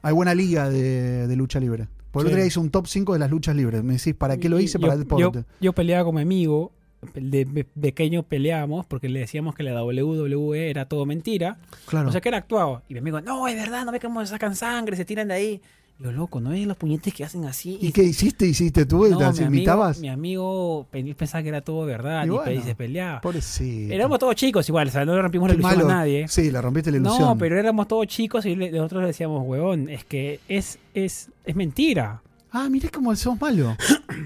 Speaker 2: Hay buena liga de, de lucha libre. Por el
Speaker 1: Sí.
Speaker 2: otro día hice un top 5 de las luchas libres. Me decís, ¿para qué lo
Speaker 1: y-
Speaker 2: hice?
Speaker 1: yo-
Speaker 2: Para el deporte.
Speaker 1: Yo, yo peleaba con mi amigo, de, de pequeño peleábamos porque le decíamos que la WWE era todo mentira.
Speaker 2: claro.
Speaker 1: O sea que era actuado. Y mi amigo, no, es verdad, no ve cómo sacan sangre, se tiran de ahí. Yo, loco, ¿no ves los puñetes que hacen así?
Speaker 2: ¿Y qué hiciste? ¿Hiciste tú?
Speaker 1: No,
Speaker 2: ¿Las
Speaker 1: mi amigo-
Speaker 2: imitabas?
Speaker 1: Mi amigo pe- él pensaba que era todo verdad
Speaker 2: Y
Speaker 1: y, pe-
Speaker 2: bueno.
Speaker 1: y se peleaba.
Speaker 2: Pobrecito.
Speaker 1: Éramos todos chicos igual, o sea, no le rompimos la
Speaker 2: Qué
Speaker 1: ilusión
Speaker 2: malo.
Speaker 1: a nadie.
Speaker 2: Sí, la rompiste la ilusión.
Speaker 1: ¿eh? No, pero éramos todos chicos y le- nosotros le decíamos, huevón, es que es, es, es mentira.
Speaker 2: Ah, mirá cómo sos malo.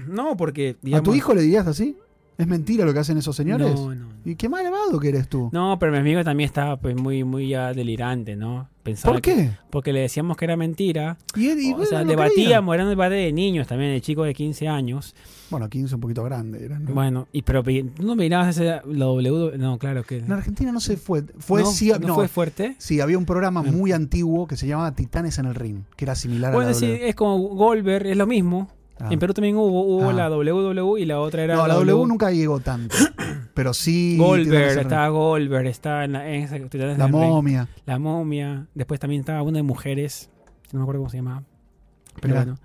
Speaker 1: No, porque,
Speaker 2: ¿A tu
Speaker 1: digamos,
Speaker 2: hijo le dirías así? ¿Es mentira lo que hacen esos señores?
Speaker 1: No, no.
Speaker 2: ¿Y qué mal amado que eres tú?
Speaker 1: No, pero mi amigo también estaba pues, muy, muy ya delirante, ¿no? Pensaba
Speaker 2: ¿Por
Speaker 1: que-
Speaker 2: qué?
Speaker 1: porque le decíamos que era mentira.
Speaker 2: Y él- y
Speaker 1: o
Speaker 2: bueno,
Speaker 1: sea,
Speaker 2: lo
Speaker 1: debatíamos, era un debate de niños también, de chicos de 15 años.
Speaker 2: creían. Bueno, 15 un poquito grande eran, ¿no?
Speaker 1: Bueno, y pero pi- tú no mirabas ese, la W. No, claro que.
Speaker 2: En Argentina no se fue. Fue
Speaker 1: no,
Speaker 2: sí,
Speaker 1: ¿no
Speaker 2: no,
Speaker 1: fue fuerte.
Speaker 2: sí, había un programa
Speaker 1: Mm.
Speaker 2: muy antiguo que se llamaba Titanes en el Ring, que era similar a
Speaker 1: Bueno,
Speaker 2: la
Speaker 1: sí, eh,
Speaker 2: W.
Speaker 1: es como Goldberg, es lo mismo.
Speaker 2: Ah.
Speaker 1: En Perú también hubo, hubo
Speaker 2: Ah.
Speaker 1: la WW y la otra era.
Speaker 2: No, la W nunca llegó tanto. pero sí. Titanes
Speaker 1: Goldberg,
Speaker 2: en el
Speaker 1: estaba Goldberg, estaba en la, en esa- Titanes
Speaker 2: Ring.
Speaker 1: en
Speaker 2: La
Speaker 1: el Ring.
Speaker 2: momia.
Speaker 1: La momia. Después también estaba una de mujeres. No me acuerdo cómo se llamaba. Pero
Speaker 2: Mirá.
Speaker 1: bueno.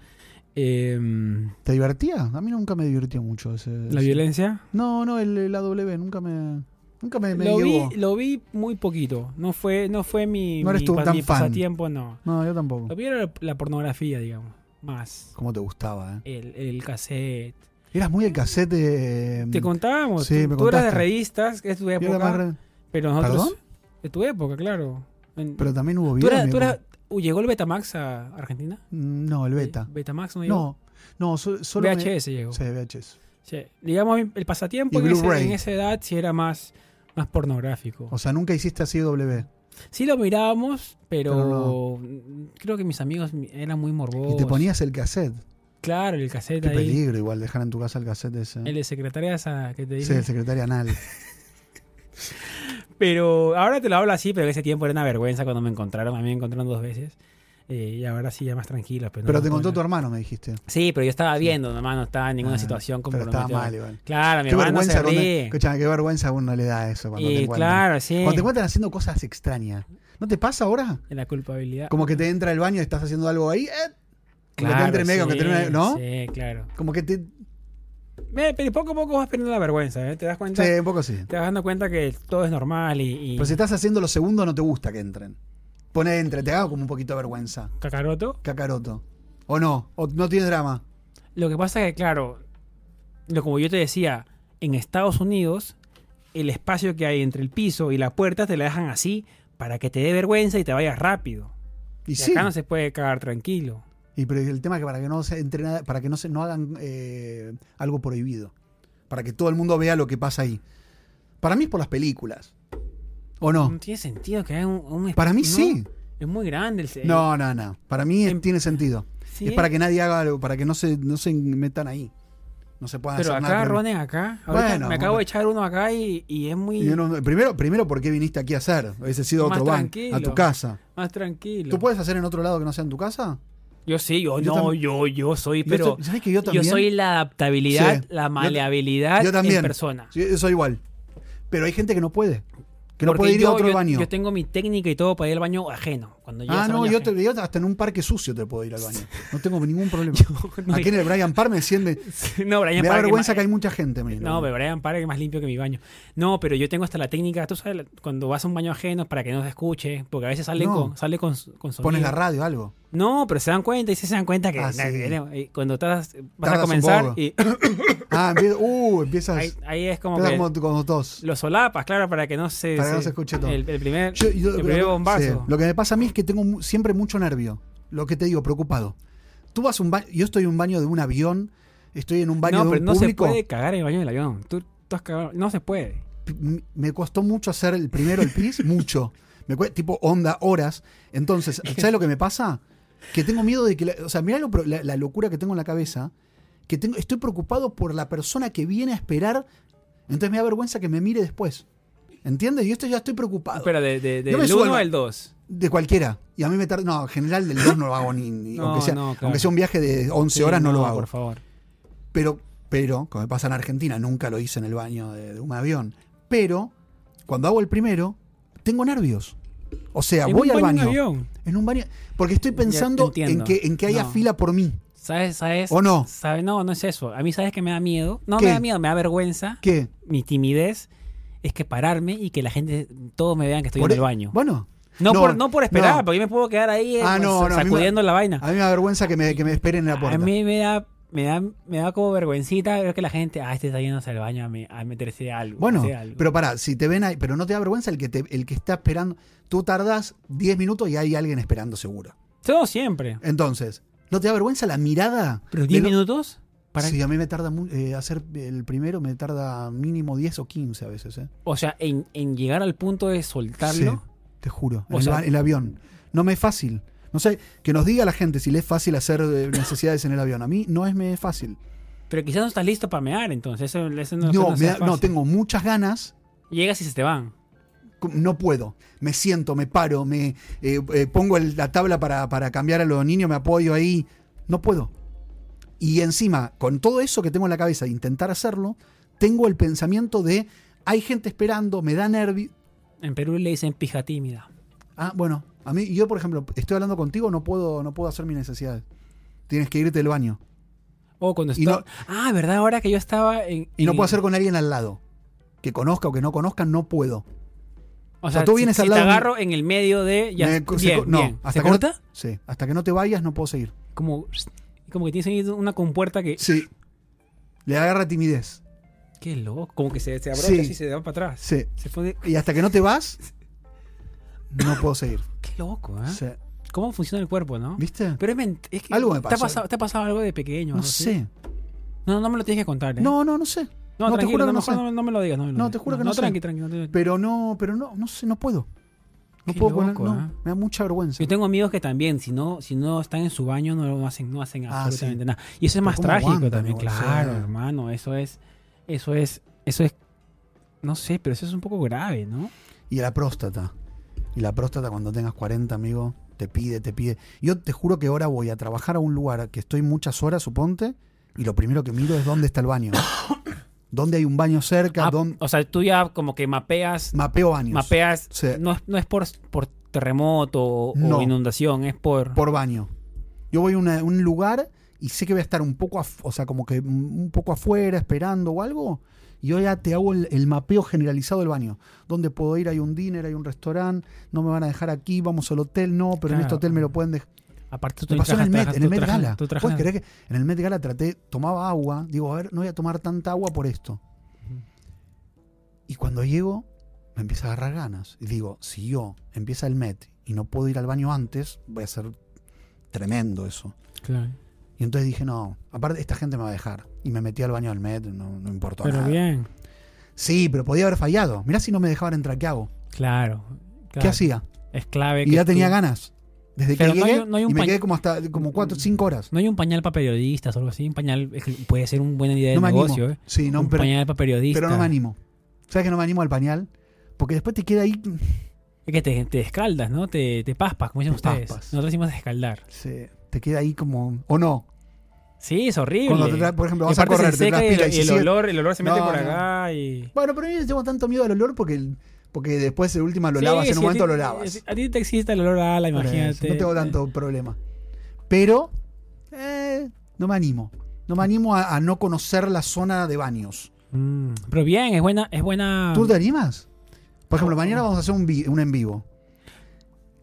Speaker 1: Em,
Speaker 2: ¿Te divertía? A mí nunca me divirtió mucho ese.
Speaker 1: la
Speaker 2: ese-
Speaker 1: violencia.
Speaker 2: No, no, el, la W nunca me. Nunca me, me
Speaker 1: Lo vi,
Speaker 2: llegó.
Speaker 1: lo vi muy poquito. No fue, no fue mi,
Speaker 2: No eres
Speaker 1: mi
Speaker 2: tú
Speaker 1: pa-
Speaker 2: tan
Speaker 1: mi
Speaker 2: fan.
Speaker 1: pasatiempo, no.
Speaker 2: No, yo tampoco.
Speaker 1: Lo vi era la, la pornografía, digamos. Más.
Speaker 2: ¿Cómo te gustaba? Eh?
Speaker 1: El, el cassette.
Speaker 2: Eras muy el cassette. eh,
Speaker 1: Te contábamos.
Speaker 2: sí,
Speaker 1: tú,
Speaker 2: me
Speaker 1: tú eras de
Speaker 2: contaste.
Speaker 1: revistas, que es tu
Speaker 2: yo era
Speaker 1: época.
Speaker 2: más re-
Speaker 1: Pero nosotros.
Speaker 2: ¿Perdón?
Speaker 1: De tu época, claro. En-
Speaker 2: Pero también hubo
Speaker 1: tú
Speaker 2: video.
Speaker 1: eras,
Speaker 2: mi
Speaker 1: tú
Speaker 2: época.
Speaker 1: eras- uh, ¿Llegó el Betamax a Argentina?
Speaker 2: No, el beta.
Speaker 1: ¿Betamax no llegó?
Speaker 2: No, no, so- solo. me-
Speaker 1: VHS llegó.
Speaker 2: Sí, VHS.
Speaker 1: Sí. Digamos, el pasatiempo
Speaker 2: Y
Speaker 1: en, ese-
Speaker 2: Blu-ray.
Speaker 1: en esa edad sí era más, más pornográfico.
Speaker 2: O sea, nunca hiciste así W.
Speaker 1: Sí lo mirábamos, pero,
Speaker 2: Pero
Speaker 1: creo que mis amigos mi- eran muy morbosos.
Speaker 2: Y te ponías el cassette.
Speaker 1: Claro, el cassette
Speaker 2: Qué
Speaker 1: Oh, ahí.
Speaker 2: peligro igual dejar en tu casa el cassette ese.
Speaker 1: El de secretaria esa que te
Speaker 2: Sí,
Speaker 1: dije.
Speaker 2: el secretario anal.
Speaker 1: Pero ahora te lo hablo así, pero en ese tiempo era una vergüenza cuando me encontraron. A mí me encontraron dos veces. Eh, y ahora sí, ya más tranquilo. Pero, no
Speaker 2: Pero
Speaker 1: me
Speaker 2: te
Speaker 1: acuerdo.
Speaker 2: contó tu hermano, me dijiste.
Speaker 1: Sí, pero yo estaba viendo, nomás no estaba en ninguna
Speaker 2: Ah,
Speaker 1: situación como
Speaker 2: Pero estaba mal igual.
Speaker 1: Claro, mi
Speaker 2: Qué
Speaker 1: hermano
Speaker 2: vergüenza,
Speaker 1: se
Speaker 2: cuando,
Speaker 1: ríe.
Speaker 2: escuchá, qué vergüenza a uno le da eso cuando te
Speaker 1: Y
Speaker 2: encuentran.
Speaker 1: claro, eh. sí.
Speaker 2: Cuando te encuentran haciendo cosas extrañas. ¿No te pasa ahora?
Speaker 1: En la culpabilidad.
Speaker 2: Como que te entra al baño y estás haciendo algo ahí. Eh, como que
Speaker 1: Claro,
Speaker 2: te entre medio, como que te entre
Speaker 1: sí,
Speaker 2: medio, ¿no?
Speaker 1: Sí, claro.
Speaker 2: Como que te.
Speaker 1: Ve, Pero poco a poco vas perdiendo la vergüenza, ¿eh? Te das cuenta.
Speaker 2: Sí, un poco sí.
Speaker 1: Te vas dando cuenta que todo es normal y. y-
Speaker 2: Pero si estás haciendo lo segundo, no te gusta que entren. Pone entre, te hago como un poquito de vergüenza.
Speaker 1: Cacaroto.
Speaker 2: Cacaroto. O no, o no tiene drama.
Speaker 1: Lo que pasa es que, claro, lo como yo te decía, en Estados Unidos, el espacio que hay entre el piso y la puerta te la dejan así para que te dé vergüenza y te vayas rápido.
Speaker 2: Y,
Speaker 1: Y
Speaker 2: sí.
Speaker 1: acá no se puede cagar tranquilo.
Speaker 2: Y pero el tema es que para que no se entre nada- para que no se no hagan eh, algo prohibido. Para que todo el mundo vea lo que pasa ahí. Para mí es por las películas. ¿O
Speaker 1: No,
Speaker 2: no?
Speaker 1: tiene sentido que haya un, un esp-
Speaker 2: Para mí
Speaker 1: no,
Speaker 2: sí.
Speaker 1: Es muy grande el se-
Speaker 2: No, no, no. Para mí es-
Speaker 1: Em-
Speaker 2: tiene sentido.
Speaker 1: Sí,
Speaker 2: Es para que nadie haga algo, para que no se, no se metan ahí. No se puedan
Speaker 1: Pero
Speaker 2: hacer
Speaker 1: acá,
Speaker 2: nada.
Speaker 1: Ronen, acá. Ahorita
Speaker 2: Bueno,
Speaker 1: me acabo
Speaker 2: pero-
Speaker 1: de echar uno acá y, y es muy
Speaker 2: Y uno- primero, primero, ¿por qué viniste aquí a hacer? Hubiese sido
Speaker 1: Más
Speaker 2: otro ban, a tu
Speaker 1: tranquilo.
Speaker 2: casa.
Speaker 1: más tranquilo.
Speaker 2: ¿Tú puedes hacer en otro lado que no sea en tu casa?
Speaker 1: Yo sí, yo,
Speaker 2: Yo
Speaker 1: no,
Speaker 2: tam-
Speaker 1: yo, yo soy,
Speaker 2: Yo
Speaker 1: pero
Speaker 2: ta- ¿sabés que yo
Speaker 1: yo,
Speaker 2: también?
Speaker 1: soy la adaptabilidad,
Speaker 2: Sí.
Speaker 1: la
Speaker 2: Yo ta-
Speaker 1: maleabilidad
Speaker 2: yo también.
Speaker 1: en persona.
Speaker 2: Sí, yo soy igual. Pero hay gente que no puede. Que no
Speaker 1: Porque
Speaker 2: puede ir
Speaker 1: yo,
Speaker 2: a otro
Speaker 1: yo-
Speaker 2: baño.
Speaker 1: Yo tengo mi técnica y todo para ir al baño ajeno. Cuando llegas
Speaker 2: Ah,
Speaker 1: al
Speaker 2: no,
Speaker 1: baño
Speaker 2: yo,
Speaker 1: ajeno.
Speaker 2: te, yo hasta en un parque sucio te puedo ir al baño. No tengo ningún problema.
Speaker 1: no,
Speaker 2: Aquí en el Brian Park me enciende.
Speaker 1: no, Brian
Speaker 2: Me da
Speaker 1: Park
Speaker 2: vergüenza
Speaker 1: es
Speaker 2: que hay mucha gente. a mí,
Speaker 1: más- No, pero Brian Park es más limpio que mi baño. No, pero yo tengo hasta la técnica, tú sabes, la- cuando vas a un baño ajeno para que no se escuche, porque a veces sale
Speaker 2: No.
Speaker 1: con sale con, con sonido.
Speaker 2: Pones la radio, algo.
Speaker 1: No, pero se dan cuenta y sí se dan cuenta que
Speaker 2: Ah, sí.
Speaker 1: eh, cuando estás vas
Speaker 2: Tardas
Speaker 1: a
Speaker 2: un
Speaker 1: comenzar
Speaker 2: poco.
Speaker 1: y
Speaker 2: Ah, empie- uh, empiezas,
Speaker 1: ahí, ahí es como
Speaker 2: empiezas
Speaker 1: que
Speaker 2: como, como tos.
Speaker 1: los solapas, claro, para que no se
Speaker 2: Para que no se escuche todo.
Speaker 1: El, el primer
Speaker 2: Yo- yo-
Speaker 1: el primer bombazo.
Speaker 2: sí, lo que me pasa a mí es que tengo mu- siempre mucho nervio. Lo que te digo, preocupado. Tú vas a un baño, yo estoy en un baño de un avión, estoy en un baño
Speaker 1: no,
Speaker 2: de un
Speaker 1: pero no
Speaker 2: público.
Speaker 1: se puede cagar en el baño del avión. Tú, tú has cagado, no se puede.
Speaker 2: P- m- Me costó mucho hacer el primero, el pis, mucho. Me cue- tipo onda, horas. Entonces, ¿sabes lo que me pasa? Que tengo miedo de que, la- o sea, mirá lo pro- la, la locura que tengo en la cabeza, que tengo, estoy preocupado por la persona que viene a esperar, entonces me da vergüenza que me mire después. ¿Entiendes? Yo esto ya estoy preocupado.
Speaker 1: Pero de, de,
Speaker 2: Yo me
Speaker 1: del
Speaker 2: subo
Speaker 1: 1
Speaker 2: al-
Speaker 1: al 2.
Speaker 2: De cualquiera. Y a mí me tarda. No, en general del 2 no lo hago ni. ni-
Speaker 1: No,
Speaker 2: aunque, sea,
Speaker 1: no, claro.
Speaker 2: aunque sea un viaje de 11 horas Pues no, lo hago.
Speaker 1: Por favor.
Speaker 2: Pero, pero, como me pasa en Argentina, nunca lo hice en el baño de, de un avión. Pero, cuando hago el primero, tengo nervios. O sea,
Speaker 1: En
Speaker 2: voy
Speaker 1: un
Speaker 2: al
Speaker 1: baño en
Speaker 2: baño.
Speaker 1: avión.
Speaker 2: En un baño. Porque estoy
Speaker 1: Ya te
Speaker 2: pensando en
Speaker 1: entiendo.
Speaker 2: que, en que haya
Speaker 1: No.
Speaker 2: fila por mí.
Speaker 1: ¿Sabes? ¿Sabes?
Speaker 2: ¿O no?
Speaker 1: ¿Sabes? No, no es eso. A mí, ¿sabes que me da miedo? No
Speaker 2: ¿Qué?
Speaker 1: me da miedo, me da vergüenza.
Speaker 2: ¿Qué?
Speaker 1: Mi timidez es que pararme y que la gente, todos me vean que estoy
Speaker 2: Por
Speaker 1: en el
Speaker 2: e-
Speaker 1: baño.
Speaker 2: Bueno,
Speaker 1: No,
Speaker 2: No,
Speaker 1: por, no por esperar,
Speaker 2: no.
Speaker 1: porque yo me puedo quedar ahí eh,
Speaker 2: Ah, no,
Speaker 1: sa-
Speaker 2: no, a mí me-
Speaker 1: sacudiendo la vaina.
Speaker 2: A mí me da vergüenza que me, que me esperen en la puerta.
Speaker 1: A mí me da, me da, me da como vergüencita ver que la gente, ah, este está yéndose al baño a, me- a meterse algo.
Speaker 2: Bueno,
Speaker 1: hacer algo".
Speaker 2: pero pará, si te ven ahí, pero no te da vergüenza el que, te, el que está esperando. Tú tardás 10 minutos y hay alguien esperando seguro.
Speaker 1: Todo siempre.
Speaker 2: Entonces, ¿no te da vergüenza la mirada?
Speaker 1: Pero 10
Speaker 2: de lo-
Speaker 1: minutos para
Speaker 2: Sí, a mí me tarda mu- eh, hacer el primero, me tarda mínimo 10 o 15 a veces, ¿eh?
Speaker 1: o sea, en, en llegar al punto de soltarlo.
Speaker 2: Sí, te juro.
Speaker 1: O
Speaker 2: el,
Speaker 1: sea-
Speaker 2: va- el avión. No me es fácil. No sé, que nos diga la gente si le es fácil hacer eh, necesidades en el avión. A mí no es me es fácil.
Speaker 1: Pero quizás no estás listo para mear, entonces eso, eso no,
Speaker 2: No,
Speaker 1: no
Speaker 2: me
Speaker 1: sea
Speaker 2: da- no,
Speaker 1: fácil.
Speaker 2: tengo muchas ganas.
Speaker 1: Llegas y se te van.
Speaker 2: com- No puedo. Me siento, me paro, me eh, eh, pongo el- la tabla para, para cambiar a los niños, me apoyo ahí. No puedo. Y encima, con todo eso que tengo en la cabeza de intentar hacerlo, tengo el pensamiento de hay gente esperando, me da nervio.
Speaker 1: En Perú le dicen pija tímida.
Speaker 2: Ah, bueno, a mí, yo por ejemplo, estoy hablando contigo, no puedo, no puedo hacer mis necesidades. Tienes que irte del baño.
Speaker 1: O cuando
Speaker 2: Y
Speaker 1: está...
Speaker 2: no-
Speaker 1: Ah, ¿verdad? Ahora que yo estaba en...
Speaker 2: Y no
Speaker 1: en-
Speaker 2: puedo hacer con alguien al lado. Que conozca o que no conozca, no puedo.
Speaker 1: O
Speaker 2: sea,
Speaker 1: sea,
Speaker 2: tú
Speaker 1: si-
Speaker 2: vienes
Speaker 1: si,
Speaker 2: al lado
Speaker 1: te
Speaker 2: de-
Speaker 1: agarro en el medio de... Ya,
Speaker 2: Me-
Speaker 1: bien,
Speaker 2: se co- no,
Speaker 1: bien.
Speaker 2: hasta
Speaker 1: ¿Se
Speaker 2: que no-
Speaker 1: corta?
Speaker 2: Sí, hasta que no te vayas, no puedo seguir.
Speaker 1: Como, como que tienes ahí una compuerta que...
Speaker 2: Sí. Le agarra timidez.
Speaker 1: Qué loco. Como que se, se abrocha
Speaker 2: Sí.
Speaker 1: así y se da para atrás.
Speaker 2: Sí.
Speaker 1: Se fue de-
Speaker 2: Y hasta que no te vas, no puedo seguir.
Speaker 1: Qué loco, ¿eh?
Speaker 2: Sí.
Speaker 1: ¿Cómo funciona el cuerpo, no?
Speaker 2: ¿Viste?
Speaker 1: Pero es, ment- es que...
Speaker 2: Algo me
Speaker 1: ¿Te ha,
Speaker 2: pasó.
Speaker 1: pasado, te ha pasado algo de pequeño?
Speaker 2: No
Speaker 1: algo así?
Speaker 2: sé.
Speaker 1: No, no me lo tienes que contar, ¿eh?
Speaker 2: No, no, no sé.
Speaker 1: No,
Speaker 2: no, te
Speaker 1: tranquilo,
Speaker 2: juro que
Speaker 1: no,
Speaker 2: no
Speaker 1: mejor
Speaker 2: sé.
Speaker 1: no, no me lo digas. No, me lo
Speaker 2: No,
Speaker 1: digas.
Speaker 2: te juro que no sé.
Speaker 1: tranqui, tranqui. no te-
Speaker 2: Pero no, pero no, no sé, no puedo. No
Speaker 1: Qué
Speaker 2: puedo poner-
Speaker 1: loco,
Speaker 2: no,
Speaker 1: ¿eh?
Speaker 2: me da mucha vergüenza.
Speaker 1: Yo tengo amigos que también, si no, si no están en su baño, no lo hacen, no hacen
Speaker 2: Ah,
Speaker 1: absolutamente nada. Y eso es
Speaker 2: Pero
Speaker 1: más
Speaker 2: ¿cómo
Speaker 1: trágico
Speaker 2: aguantan,
Speaker 1: también,
Speaker 2: no?
Speaker 1: claro,
Speaker 2: Sí.
Speaker 1: hermano. Eso es, eso es, eso es, no sé, pero eso es un poco grave, ¿no?
Speaker 2: Y la próstata. Y la próstata cuando tengas 40, amigo, te pide, te pide. Yo te juro que ahora voy a trabajar a un lugar que estoy muchas horas, suponte, y lo primero que miro es dónde está el baño. ¿Dónde hay un baño cerca?
Speaker 1: Ah,
Speaker 2: dónde-
Speaker 1: o sea, tú ya como que mapeas,
Speaker 2: Mapeo baños.
Speaker 1: mapeas,
Speaker 2: Sí.
Speaker 1: no, es- no es por, por terremoto o, o
Speaker 2: No.
Speaker 1: inundación, es por,
Speaker 2: por baño. Yo voy a una- un lugar y sé que voy a estar un poco, af- o sea, como que un un poco afuera esperando o algo. y Yo ya te hago el, el mapeo generalizado del baño. ¿Dónde puedo ir? Hay un dinner, hay un restaurante. No me van a dejar aquí, vamos al hotel. No, pero en
Speaker 1: Claro.
Speaker 2: este hotel me lo pueden dejar.
Speaker 1: aparte tú
Speaker 2: Me pasó en el Met,
Speaker 1: trabajas-
Speaker 2: en el
Speaker 1: tú
Speaker 2: Met
Speaker 1: trabajas-
Speaker 2: Gala.
Speaker 1: tú trabajas-
Speaker 2: ¿Puedes creer que en el Met Gala traté, tomaba agua? Digo, a ver, no voy a tomar tanta agua por esto. Y cuando llego, me empieza a agarrar ganas. Y digo, si yo empieza el Met y no puedo ir al baño antes, voy a ser tremendo eso.
Speaker 1: Claro.
Speaker 2: Y entonces dije, no, aparte esta gente me va a dejar. Y me metí al baño del Met, no, no importó
Speaker 1: Pero
Speaker 2: nada.
Speaker 1: bien,
Speaker 2: Sí, pero podía haber fallado. Mirá si no me dejaban entrar, ¿qué hago?
Speaker 1: claro.
Speaker 2: ¿Qué
Speaker 1: claro.
Speaker 2: hacía?
Speaker 1: Es clave.
Speaker 2: Y
Speaker 1: que
Speaker 2: ya tenía
Speaker 1: tú-
Speaker 2: ganas. Desde que
Speaker 1: Pero no hay-
Speaker 2: llegué,
Speaker 1: no hay un
Speaker 2: y me
Speaker 1: pañ-
Speaker 2: quedé como hasta como 4 5 horas.
Speaker 1: No hay un pañal para periodistas o algo así. Un pañal es que puede ser una buena idea de
Speaker 2: No me
Speaker 1: negocio,
Speaker 2: animo.
Speaker 1: ¿eh?
Speaker 2: Sí, no,
Speaker 1: un
Speaker 2: pero,
Speaker 1: pañal para periodistas.
Speaker 2: Pero no me animo. ¿Sabes que no me animo al pañal? Porque después te queda ahí.
Speaker 1: Es que te, te escaldas, ¿no? Te, te paspas, como dicen
Speaker 2: Te
Speaker 1: ustedes.
Speaker 2: paspas.
Speaker 1: Nosotros decimos escaldar.
Speaker 2: se- te queda ahí como. O no.
Speaker 1: Sí, es horrible.
Speaker 2: Cuando te tra- por ejemplo, vas
Speaker 1: Y
Speaker 2: a
Speaker 1: aparte
Speaker 2: correr,
Speaker 1: se
Speaker 2: te
Speaker 1: seca y
Speaker 2: transpira
Speaker 1: el,
Speaker 2: y, se
Speaker 1: el
Speaker 2: sigue-
Speaker 1: olor, el olor se mete
Speaker 2: No,
Speaker 1: por
Speaker 2: no.
Speaker 1: acá y...
Speaker 2: Bueno, pero yo le tengo tanto miedo al olor porque, porque después de última lo
Speaker 1: Sí,
Speaker 2: lavas, en
Speaker 1: sí,
Speaker 2: un
Speaker 1: a
Speaker 2: momento
Speaker 1: ti-
Speaker 2: lo lavas.
Speaker 1: A ti te existe el olor a ala,
Speaker 2: Por eso,
Speaker 1: imagínate.
Speaker 2: No tengo tanto problema. Pero. eh, no me animo. No me animo a, a no conocer la zona de baños.
Speaker 1: Mm, Pero bien, es buena... Es buena...
Speaker 2: ¿Tú te animas? Por ejemplo, mañana vamos a hacer un, vi- un en vivo.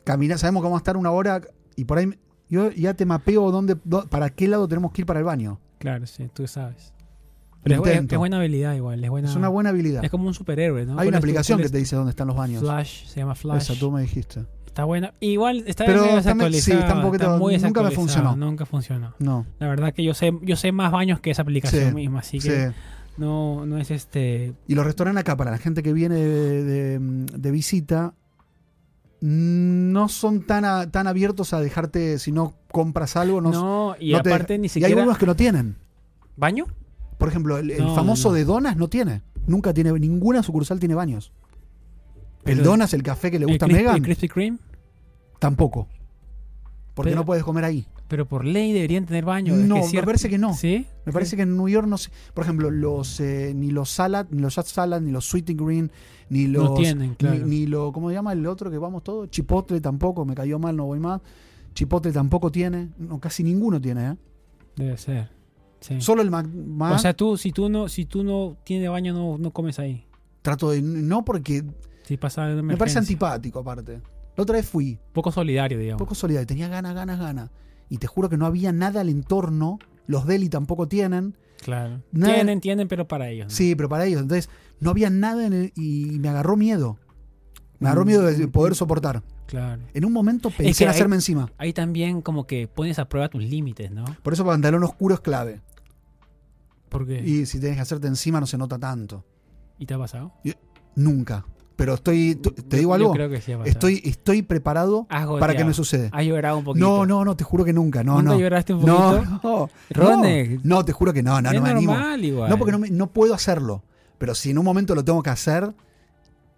Speaker 2: Camina, sabemos que vamos a estar una hora y por ahí yo ya te mapeo dónde, dó- para qué lado tenemos que ir para el baño.
Speaker 1: Claro, sí, tú sabes. Pero es, bu-
Speaker 2: Intento.
Speaker 1: es buena habilidad igual. Es, buena,
Speaker 2: Es una buena habilidad.
Speaker 1: es como un superhéroe, ¿no?
Speaker 2: Hay
Speaker 1: ¿Cuál
Speaker 2: una
Speaker 1: es tu-
Speaker 2: aplicación
Speaker 1: cuál
Speaker 2: que
Speaker 1: es-
Speaker 2: te dice dónde están los baños.
Speaker 1: Flash, se llama Flash.
Speaker 2: Esa tú me dijiste.
Speaker 1: Está buena. Igual está
Speaker 2: Pero
Speaker 1: medio
Speaker 2: está me- sí,
Speaker 1: desactualizada,
Speaker 2: está un poquito-
Speaker 1: muy
Speaker 2: nunca me
Speaker 1: desactualizada,
Speaker 2: funcionó.
Speaker 1: Nunca funcionó.
Speaker 2: No.
Speaker 1: La verdad que yo sé, yo sé más baños que esa aplicación
Speaker 2: Sí,
Speaker 1: misma, así
Speaker 2: Sí.
Speaker 1: que no, no es este.
Speaker 2: Y los restaurantes acá, para la gente que viene de, de- de visita, no son tan, a- tan abiertos a dejarte, si no compras algo, no,
Speaker 1: No, y
Speaker 2: no te
Speaker 1: aparte
Speaker 2: deja-
Speaker 1: ni
Speaker 2: Y hay
Speaker 1: siquiera.
Speaker 2: unos que no tienen.
Speaker 1: ¿Baño?
Speaker 2: Por ejemplo, el, el
Speaker 1: No,
Speaker 2: famoso
Speaker 1: no.
Speaker 2: de Donas no tiene. Nunca tiene, ninguna sucursal tiene baños. El
Speaker 1: Pero-
Speaker 2: Donas, el café que le gusta a
Speaker 1: el, Cris-
Speaker 2: Megan,
Speaker 1: el Krispy Kreme?
Speaker 2: tampoco. Porque
Speaker 1: Pero-
Speaker 2: no puedes comer ahí.
Speaker 1: Pero por ley deberían tener baño. es
Speaker 2: No,
Speaker 1: que
Speaker 2: me
Speaker 1: es cierto-
Speaker 2: parece que no.
Speaker 1: ¿Sí?
Speaker 2: Me parece que en New York no sé. Por ejemplo, los eh, ni los salad, ni los hot salad, ni los sweet and green, ni los.
Speaker 1: No tienen, claro.
Speaker 2: ni, ni lo. ¿Cómo se llama el otro que vamos todos? Chipotle tampoco, me cayó mal, no voy más. Chipotle tampoco tiene. No, casi ninguno tiene, ¿eh?
Speaker 1: Debe ser. Sí.
Speaker 2: Solo el Mac.
Speaker 1: o
Speaker 2: Mac-
Speaker 1: sea, tú, si tú no, si tú no tienes baño, no, no comes ahí.
Speaker 2: trato de. No, porque
Speaker 1: Si pasa
Speaker 2: me parece antipático, aparte. La otra vez fui,
Speaker 1: Poco solidario, digamos.
Speaker 2: poco solidario, tenía ganas, ganas, ganas. Y te juro que no había nada al entorno, los deli tampoco
Speaker 1: Mm.
Speaker 2: tienen.
Speaker 1: Claro.
Speaker 2: Nada-
Speaker 1: Tienen, tienen, pero para ellos. ¿no?
Speaker 2: Sí, pero para ellos, entonces no había nada en el- y me agarró miedo. Me agarró miedo de poder soportar.
Speaker 1: Claro.
Speaker 2: En un momento pensé
Speaker 1: Mm. que
Speaker 2: en
Speaker 1: hay-
Speaker 2: hacerme encima.
Speaker 1: Ahí también como que pones a prueba tus límites, ¿no?
Speaker 2: Por eso pantalón oscuro es clave.
Speaker 1: Porque... ¿Y,
Speaker 2: Y si tienes que hacerte encima no se nota tanto.
Speaker 1: te ha pasado?
Speaker 2: Nunca. Pero estoy, t- te
Speaker 1: Yo-
Speaker 2: digo
Speaker 1: Yo
Speaker 2: algo,
Speaker 1: creo que Ah, sí ha pasado.
Speaker 2: estoy, estoy preparado
Speaker 1: Has
Speaker 2: para que
Speaker 1: goteado.
Speaker 2: me suceda.
Speaker 1: Has llorado un ah, poquito.
Speaker 2: No, no, no, te juro que nunca. No,
Speaker 1: ¿Nunca
Speaker 2: no.
Speaker 1: lloraste un poquito?
Speaker 2: No, no.
Speaker 1: Rone.
Speaker 2: No, no, te juro que no, no,
Speaker 1: es
Speaker 2: no me animo.
Speaker 1: normal igual.
Speaker 2: No, porque no, me- no puedo hacerlo. Pero si en un momento lo tengo que hacer,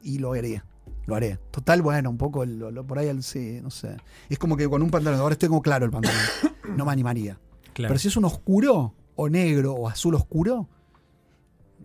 Speaker 2: y lo haré. Lo haré. Total, bueno, un poco lo- lo- por ahí, al- sí, no sé. Es como que con un pantalón, ahora tengo claro el pantalón. No me animaría.
Speaker 1: Claro.
Speaker 2: Pero si es un oscuro, o negro, o azul oscuro,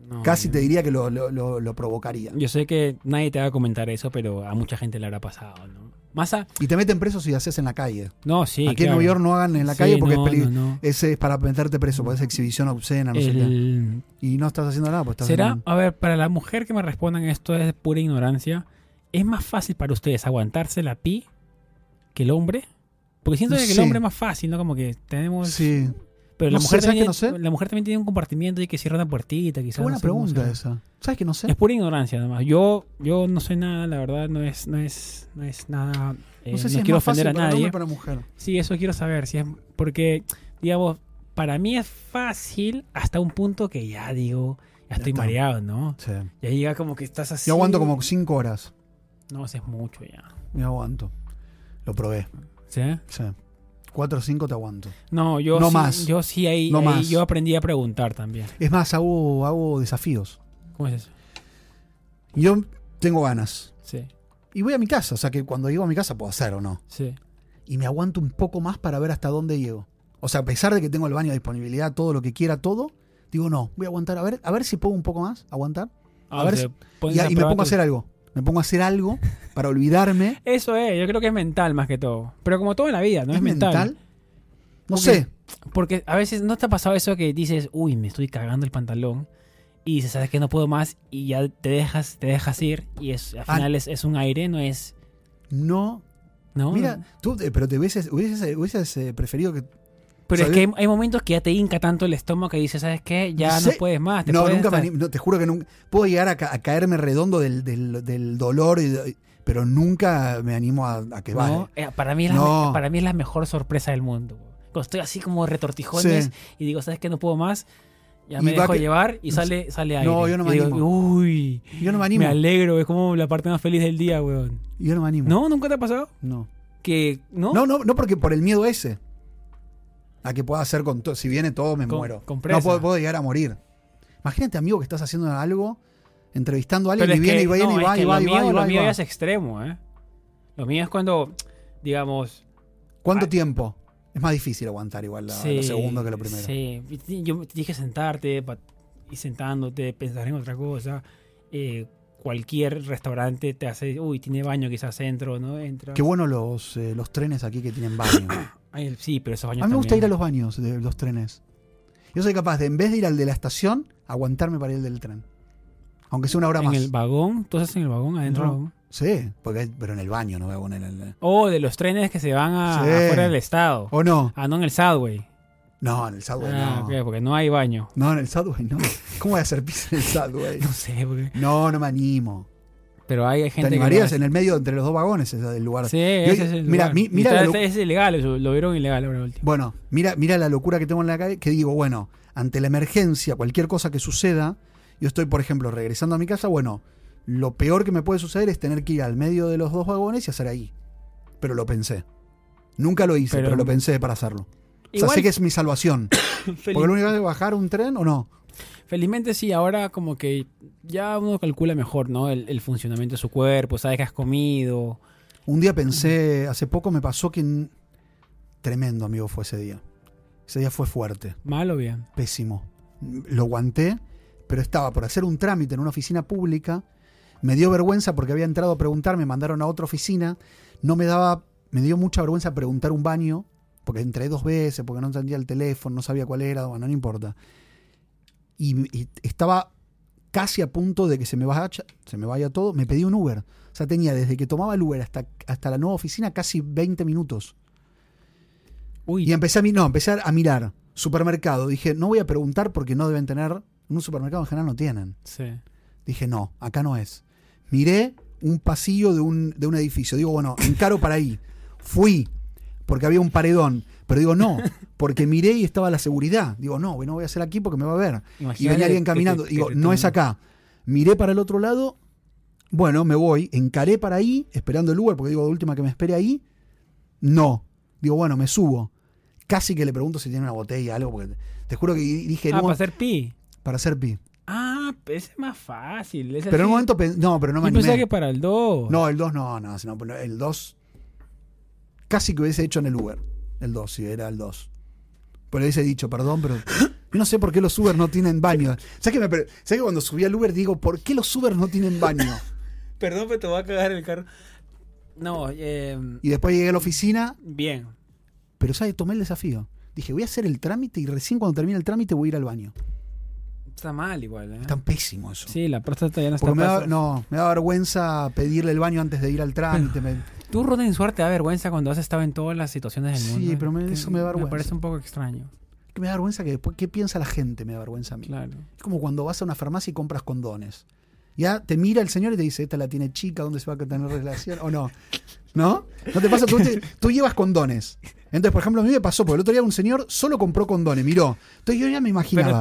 Speaker 1: No,
Speaker 2: casi
Speaker 1: no.
Speaker 2: te diría que lo, lo- lo- lo provocaría.
Speaker 1: Yo sé que nadie te va a comentar eso, pero a mucha gente le habrá pasado, ¿no? Más a...
Speaker 2: Y te meten preso si haces en la calle.
Speaker 1: No, sí,
Speaker 2: Aquí en
Speaker 1: claro.
Speaker 2: Nueva York no hagan en la
Speaker 1: Sí,
Speaker 2: calle porque
Speaker 1: no,
Speaker 2: es peli-
Speaker 1: no, no.
Speaker 2: Ese es para meterte preso, porque es exhibición obscena, no sé qué.
Speaker 1: El-
Speaker 2: Y no estás haciendo nada, pues estás en
Speaker 1: ¿Será?
Speaker 2: un-
Speaker 1: A ver, para la mujer que me respondan esto es pura ignorancia. ¿Es más fácil para ustedes aguantarse la pi que el hombre? Porque siento
Speaker 2: No
Speaker 1: que el
Speaker 2: sé.
Speaker 1: hombre es más fácil, ¿no? Como que tenemos...
Speaker 2: Sí.
Speaker 1: Pero
Speaker 2: No
Speaker 1: la,
Speaker 2: sé,
Speaker 1: mujer
Speaker 2: ¿sabes que
Speaker 1: también,
Speaker 2: no sé?
Speaker 1: la mujer también tiene un compartimiento y que cierra una puertita, quizás.
Speaker 2: Qué buena
Speaker 1: no sé cómo
Speaker 2: pregunta
Speaker 1: será.
Speaker 2: esa. ¿Sabes que no sé?
Speaker 1: Es pura ignorancia, nomás. Yo, yo no sé nada, la verdad, no es, no es, no es nada. eh, no
Speaker 2: No sé si es
Speaker 1: quiero
Speaker 2: más fácil
Speaker 1: ofender a
Speaker 2: para el hombre
Speaker 1: nadie.
Speaker 2: o para la mujer.
Speaker 1: Sí, eso quiero saber. Si es, porque, digamos, para mí es fácil hasta un punto que ya digo, ya, estoy
Speaker 2: está.
Speaker 1: mareado, ¿no?
Speaker 2: Sí.
Speaker 1: Ya llega como que estás así.
Speaker 2: Yo aguanto como 5 horas.
Speaker 1: No, eso es mucho ya.
Speaker 2: Yo aguanto. Lo probé.
Speaker 1: ¿Sí?
Speaker 2: Sí. 4 o 5 te aguanto.
Speaker 1: No, yo
Speaker 2: No
Speaker 1: sí,
Speaker 2: más.
Speaker 1: Yo sí ahí,
Speaker 2: No
Speaker 1: ahí
Speaker 2: más.
Speaker 1: yo aprendí a preguntar también.
Speaker 2: Es más, hago, hago desafíos.
Speaker 1: ¿Cómo es eso?
Speaker 2: Yo tengo ganas.
Speaker 1: Sí,
Speaker 2: Y voy a mi casa. O sea que cuando llego a mi casa puedo hacer o no.
Speaker 1: sí.
Speaker 2: Y me aguanto un poco más para ver hasta dónde llego. O sea, a pesar de que tengo el baño a disponibilidad, todo lo que quiera, todo, digo no, voy a aguantar. A ver, a ver si puedo un poco más aguantar. A ver si-
Speaker 1: pones
Speaker 2: Y, y me
Speaker 1: prueba
Speaker 2: pongo a
Speaker 1: tus-
Speaker 2: hacer algo. Me pongo a hacer algo para olvidarme.
Speaker 1: Eso es, yo creo que es mental más que todo. Pero como todo en la vida, ¿no? Es, mental.
Speaker 2: No
Speaker 1: Porque-
Speaker 2: sé.
Speaker 1: Porque a veces no te ha pasado eso que dices, uy, me estoy cagando el pantalón. Y dices, sabes que no puedo más. Y ya te dejas, te dejas ir. Y es, al
Speaker 2: Ah.
Speaker 1: final es, es un aire, no es.
Speaker 2: No.
Speaker 1: ¿no?
Speaker 2: Mira, tú, eh, pero te hubieses, hubieses, hubieses, eh, preferido que.
Speaker 1: Pero es
Speaker 2: ¿sabes?
Speaker 1: que hay, hay momentos que ya te hinca tanto el estómago que dices, ¿sabes qué? Ya
Speaker 2: Sí.
Speaker 1: no puedes más. Ah, Te
Speaker 2: No,
Speaker 1: puedes
Speaker 2: nunca me
Speaker 1: estar-
Speaker 2: anim- no, te juro que nunca. Puedo llegar a, ca- a caerme redondo del, del- del dolor, y de- pero nunca me animo a, a que
Speaker 1: No,
Speaker 2: vaya.
Speaker 1: eh, para, mí es la,
Speaker 2: No.
Speaker 1: para mí es la mejor sorpresa del mundo. Cuando estoy así como retortijones
Speaker 2: Sí.
Speaker 1: y digo, ¿sabes qué? No puedo más. Ya
Speaker 2: Y
Speaker 1: me
Speaker 2: va
Speaker 1: dejo
Speaker 2: que-
Speaker 1: llevar y sale, sale aire.
Speaker 2: No, yo no me
Speaker 1: Y digo,
Speaker 2: animo.
Speaker 1: Uy,
Speaker 2: Yo no me animo.
Speaker 1: me alegro. Es como la parte más feliz del día, weón.
Speaker 2: Yo no me animo.
Speaker 1: ¿No? ¿Nunca te ha pasado?
Speaker 2: No.
Speaker 1: Que, ¿no?
Speaker 2: No, no, no, porque por el miedo ese. A que pueda hacer con todo. Si viene todo, me
Speaker 1: Con-
Speaker 2: muero.
Speaker 1: con presa.
Speaker 2: no puedo, puedo llegar a morir. Imagínate, amigo, que estás haciendo algo, entrevistando a alguien
Speaker 1: Pero
Speaker 2: y
Speaker 1: es
Speaker 2: viene
Speaker 1: que-
Speaker 2: y viene
Speaker 1: no,
Speaker 2: y
Speaker 1: es
Speaker 2: va
Speaker 1: que
Speaker 2: y va
Speaker 1: lo
Speaker 2: y va
Speaker 1: mío-
Speaker 2: y
Speaker 1: Lo
Speaker 2: va. y
Speaker 1: mío
Speaker 2: va.
Speaker 1: ya es extremo, ¿eh? Lo mío es cuando, digamos...
Speaker 2: ¿Cuánto
Speaker 1: Ah.
Speaker 2: tiempo? Es más difícil aguantar igual la- lo segundo que lo primero.
Speaker 1: Sí, Y ti- yo dije sentarte pa- y sentándote, pensar en otra cosa. Eh, cualquier restaurante te hace, uy, tiene baño quizás entro, ¿no? Entra.
Speaker 2: Qué bueno los, eh, los trenes aquí que tienen baño. a
Speaker 1: Ay, el- sí, pero esos
Speaker 2: mí
Speaker 1: baños
Speaker 2: me gusta
Speaker 1: también.
Speaker 2: ir a los baños de los trenes. Yo soy capaz de, en vez de ir al de la estación, aguantarme para ir al del tren. Aunque sea una hora
Speaker 1: En
Speaker 2: más.
Speaker 1: el vagón, entonces en el vagón, adentro
Speaker 2: No.
Speaker 1: del vagón.
Speaker 2: Sí, porque, hay- pero en el baño no voy a poner el...
Speaker 1: O de los trenes que se van a,
Speaker 2: Sí.
Speaker 1: afuera del estado.
Speaker 2: ¿O no?
Speaker 1: Ah, no en el subway.
Speaker 2: No, en el subway
Speaker 1: Ah,
Speaker 2: no.
Speaker 1: ok, porque no hay baño.
Speaker 2: No, en el subway no. ¿Cómo voy a hacer pis en el subway?
Speaker 1: No sé, porque...
Speaker 2: No, no me animo.
Speaker 1: Pero hay
Speaker 2: ¿Te
Speaker 1: gente que...
Speaker 2: animarías
Speaker 1: no-
Speaker 2: en el medio entre los dos vagones ese del lugar?
Speaker 1: Sí,
Speaker 2: Yo-
Speaker 1: ese es el
Speaker 2: mira,
Speaker 1: lugar.
Speaker 2: mi- mira
Speaker 1: Está-
Speaker 2: la lu-
Speaker 1: está- es ilegal, eso, lo vieron ilegal ahora último.
Speaker 2: Bueno, mira, mira la locura que tengo en la calle, que digo, bueno, ante la emergencia, cualquier cosa que suceda, yo estoy, por ejemplo, regresando a mi casa, bueno, lo peor que me puede suceder es tener que ir al medio de los dos vagones y hacer ahí. Pero lo pensé. Nunca lo hice,
Speaker 1: Pero-
Speaker 2: pero, lo pensé para hacerlo. o sea,
Speaker 1: Igual,
Speaker 2: sé que es mi salvación.
Speaker 1: feliz-
Speaker 2: Porque lo único que es bajar un tren o no.
Speaker 1: Felizmente sí, ahora como que ya uno calcula mejor, ¿no? El, el funcionamiento de su cuerpo, sabes que has comido.
Speaker 2: Un día pensé, hace poco me pasó que... n- Tremendo, amigo, fue ese día. Ese día fue fuerte.
Speaker 1: ¿Mal o bien?
Speaker 2: pésimo. Lo aguanté, pero estaba por hacer un trámite en una oficina pública. Me dio vergüenza porque había entrado a preguntar, me mandaron a otra oficina. No me daba, me dio mucha vergüenza preguntar un baño, porque entré dos veces, porque no entendía el teléfono, no sabía cuál era, bueno, no importa. Y, y estaba casi a punto de que se me vaya, se me vaya todo, me pedí un Uber. O sea, tenía desde que tomaba el Uber hasta, hasta la nueva oficina casi 20 minutos.
Speaker 1: Uy,
Speaker 2: Y empecé a, mi- no, empecé a mirar supermercado. Dije, no voy a preguntar porque no deben tener, en un supermercado en general no tienen.
Speaker 1: sí.
Speaker 2: Dije, no, acá no es. Miré un pasillo de un, de un edificio. Digo, bueno, encaro para ahí. Fui, porque había un paredón. Pero digo, no, porque miré y estaba la seguridad. Digo, no, no voy a hacer aquí porque me va a ver. Y
Speaker 1: Imagínate
Speaker 2: venía alguien
Speaker 1: que te-
Speaker 2: caminando.
Speaker 1: que
Speaker 2: Digo,
Speaker 1: te
Speaker 2: no es
Speaker 1: tomen-
Speaker 2: acá. Miré para el otro lado. Bueno, me voy. Encaré para ahí, esperando el Uber, porque digo, de última que me espere ahí. No. Digo, bueno, me subo. Casi que le pregunto si tiene una botella, algo, porque te juro que dije,
Speaker 1: Ah,
Speaker 2: no,
Speaker 1: para hacer pi.
Speaker 2: para hacer pi.
Speaker 1: Ah, ese es más fácil. ese
Speaker 2: Pero en
Speaker 1: sí.
Speaker 2: un momento, pen- no, pero no me
Speaker 1: Yo pensaba
Speaker 2: animé.
Speaker 1: que para el 2.
Speaker 2: No, el 2 no, no, si no, no, el 2 casi que hubiese hecho en el Uber. El 2, sí, era el 2. Pero hubiese dicho, perdón, pero no sé por qué los Uber no tienen baño. ¿Sabes que, me pre- ¿sabes que cuando subí al Uber digo, ¿por qué los Uber no tienen baño?
Speaker 1: Perdón, pero te voy a cagar el carro. No, eh,
Speaker 2: Y después llegué a la oficina,
Speaker 1: bien.
Speaker 2: pero ¿sabes? Tomé el desafío. Dije, voy a hacer el trámite y recién cuando termine el trámite voy a ir al baño.
Speaker 1: Está mal igual, ¿eh?
Speaker 2: Es tan pésimo eso.
Speaker 1: Ah. Sí, la próstata ya no está
Speaker 2: Porque me da,
Speaker 1: pasa-
Speaker 2: no, me da vergüenza pedirle el baño antes de ir al trámite. me-
Speaker 1: Tú, Roden Suárez, te da vergüenza cuando has estado en todas las situaciones del
Speaker 2: Sí,
Speaker 1: mundo. ¿eh?
Speaker 2: pero me-
Speaker 1: Que
Speaker 2: eso me da vergüenza.
Speaker 1: Me parece un poco extraño.
Speaker 2: me da vergüenza que después, ¿qué piensa la gente? Me da vergüenza a mí.
Speaker 1: Claro.
Speaker 2: Es como cuando vas a una farmacia y compras condones. Ya te mira el señor y te dice, esta la tiene chica, ¿dónde se va a tener relación? ¿O no? ¿No? ¿No te pasa? Tú, te- tú llevas condones. Entonces, por ejemplo, a mí me pasó, porque el otro día un señor solo compró condones, miró. Entonces yo ya me imaginaba.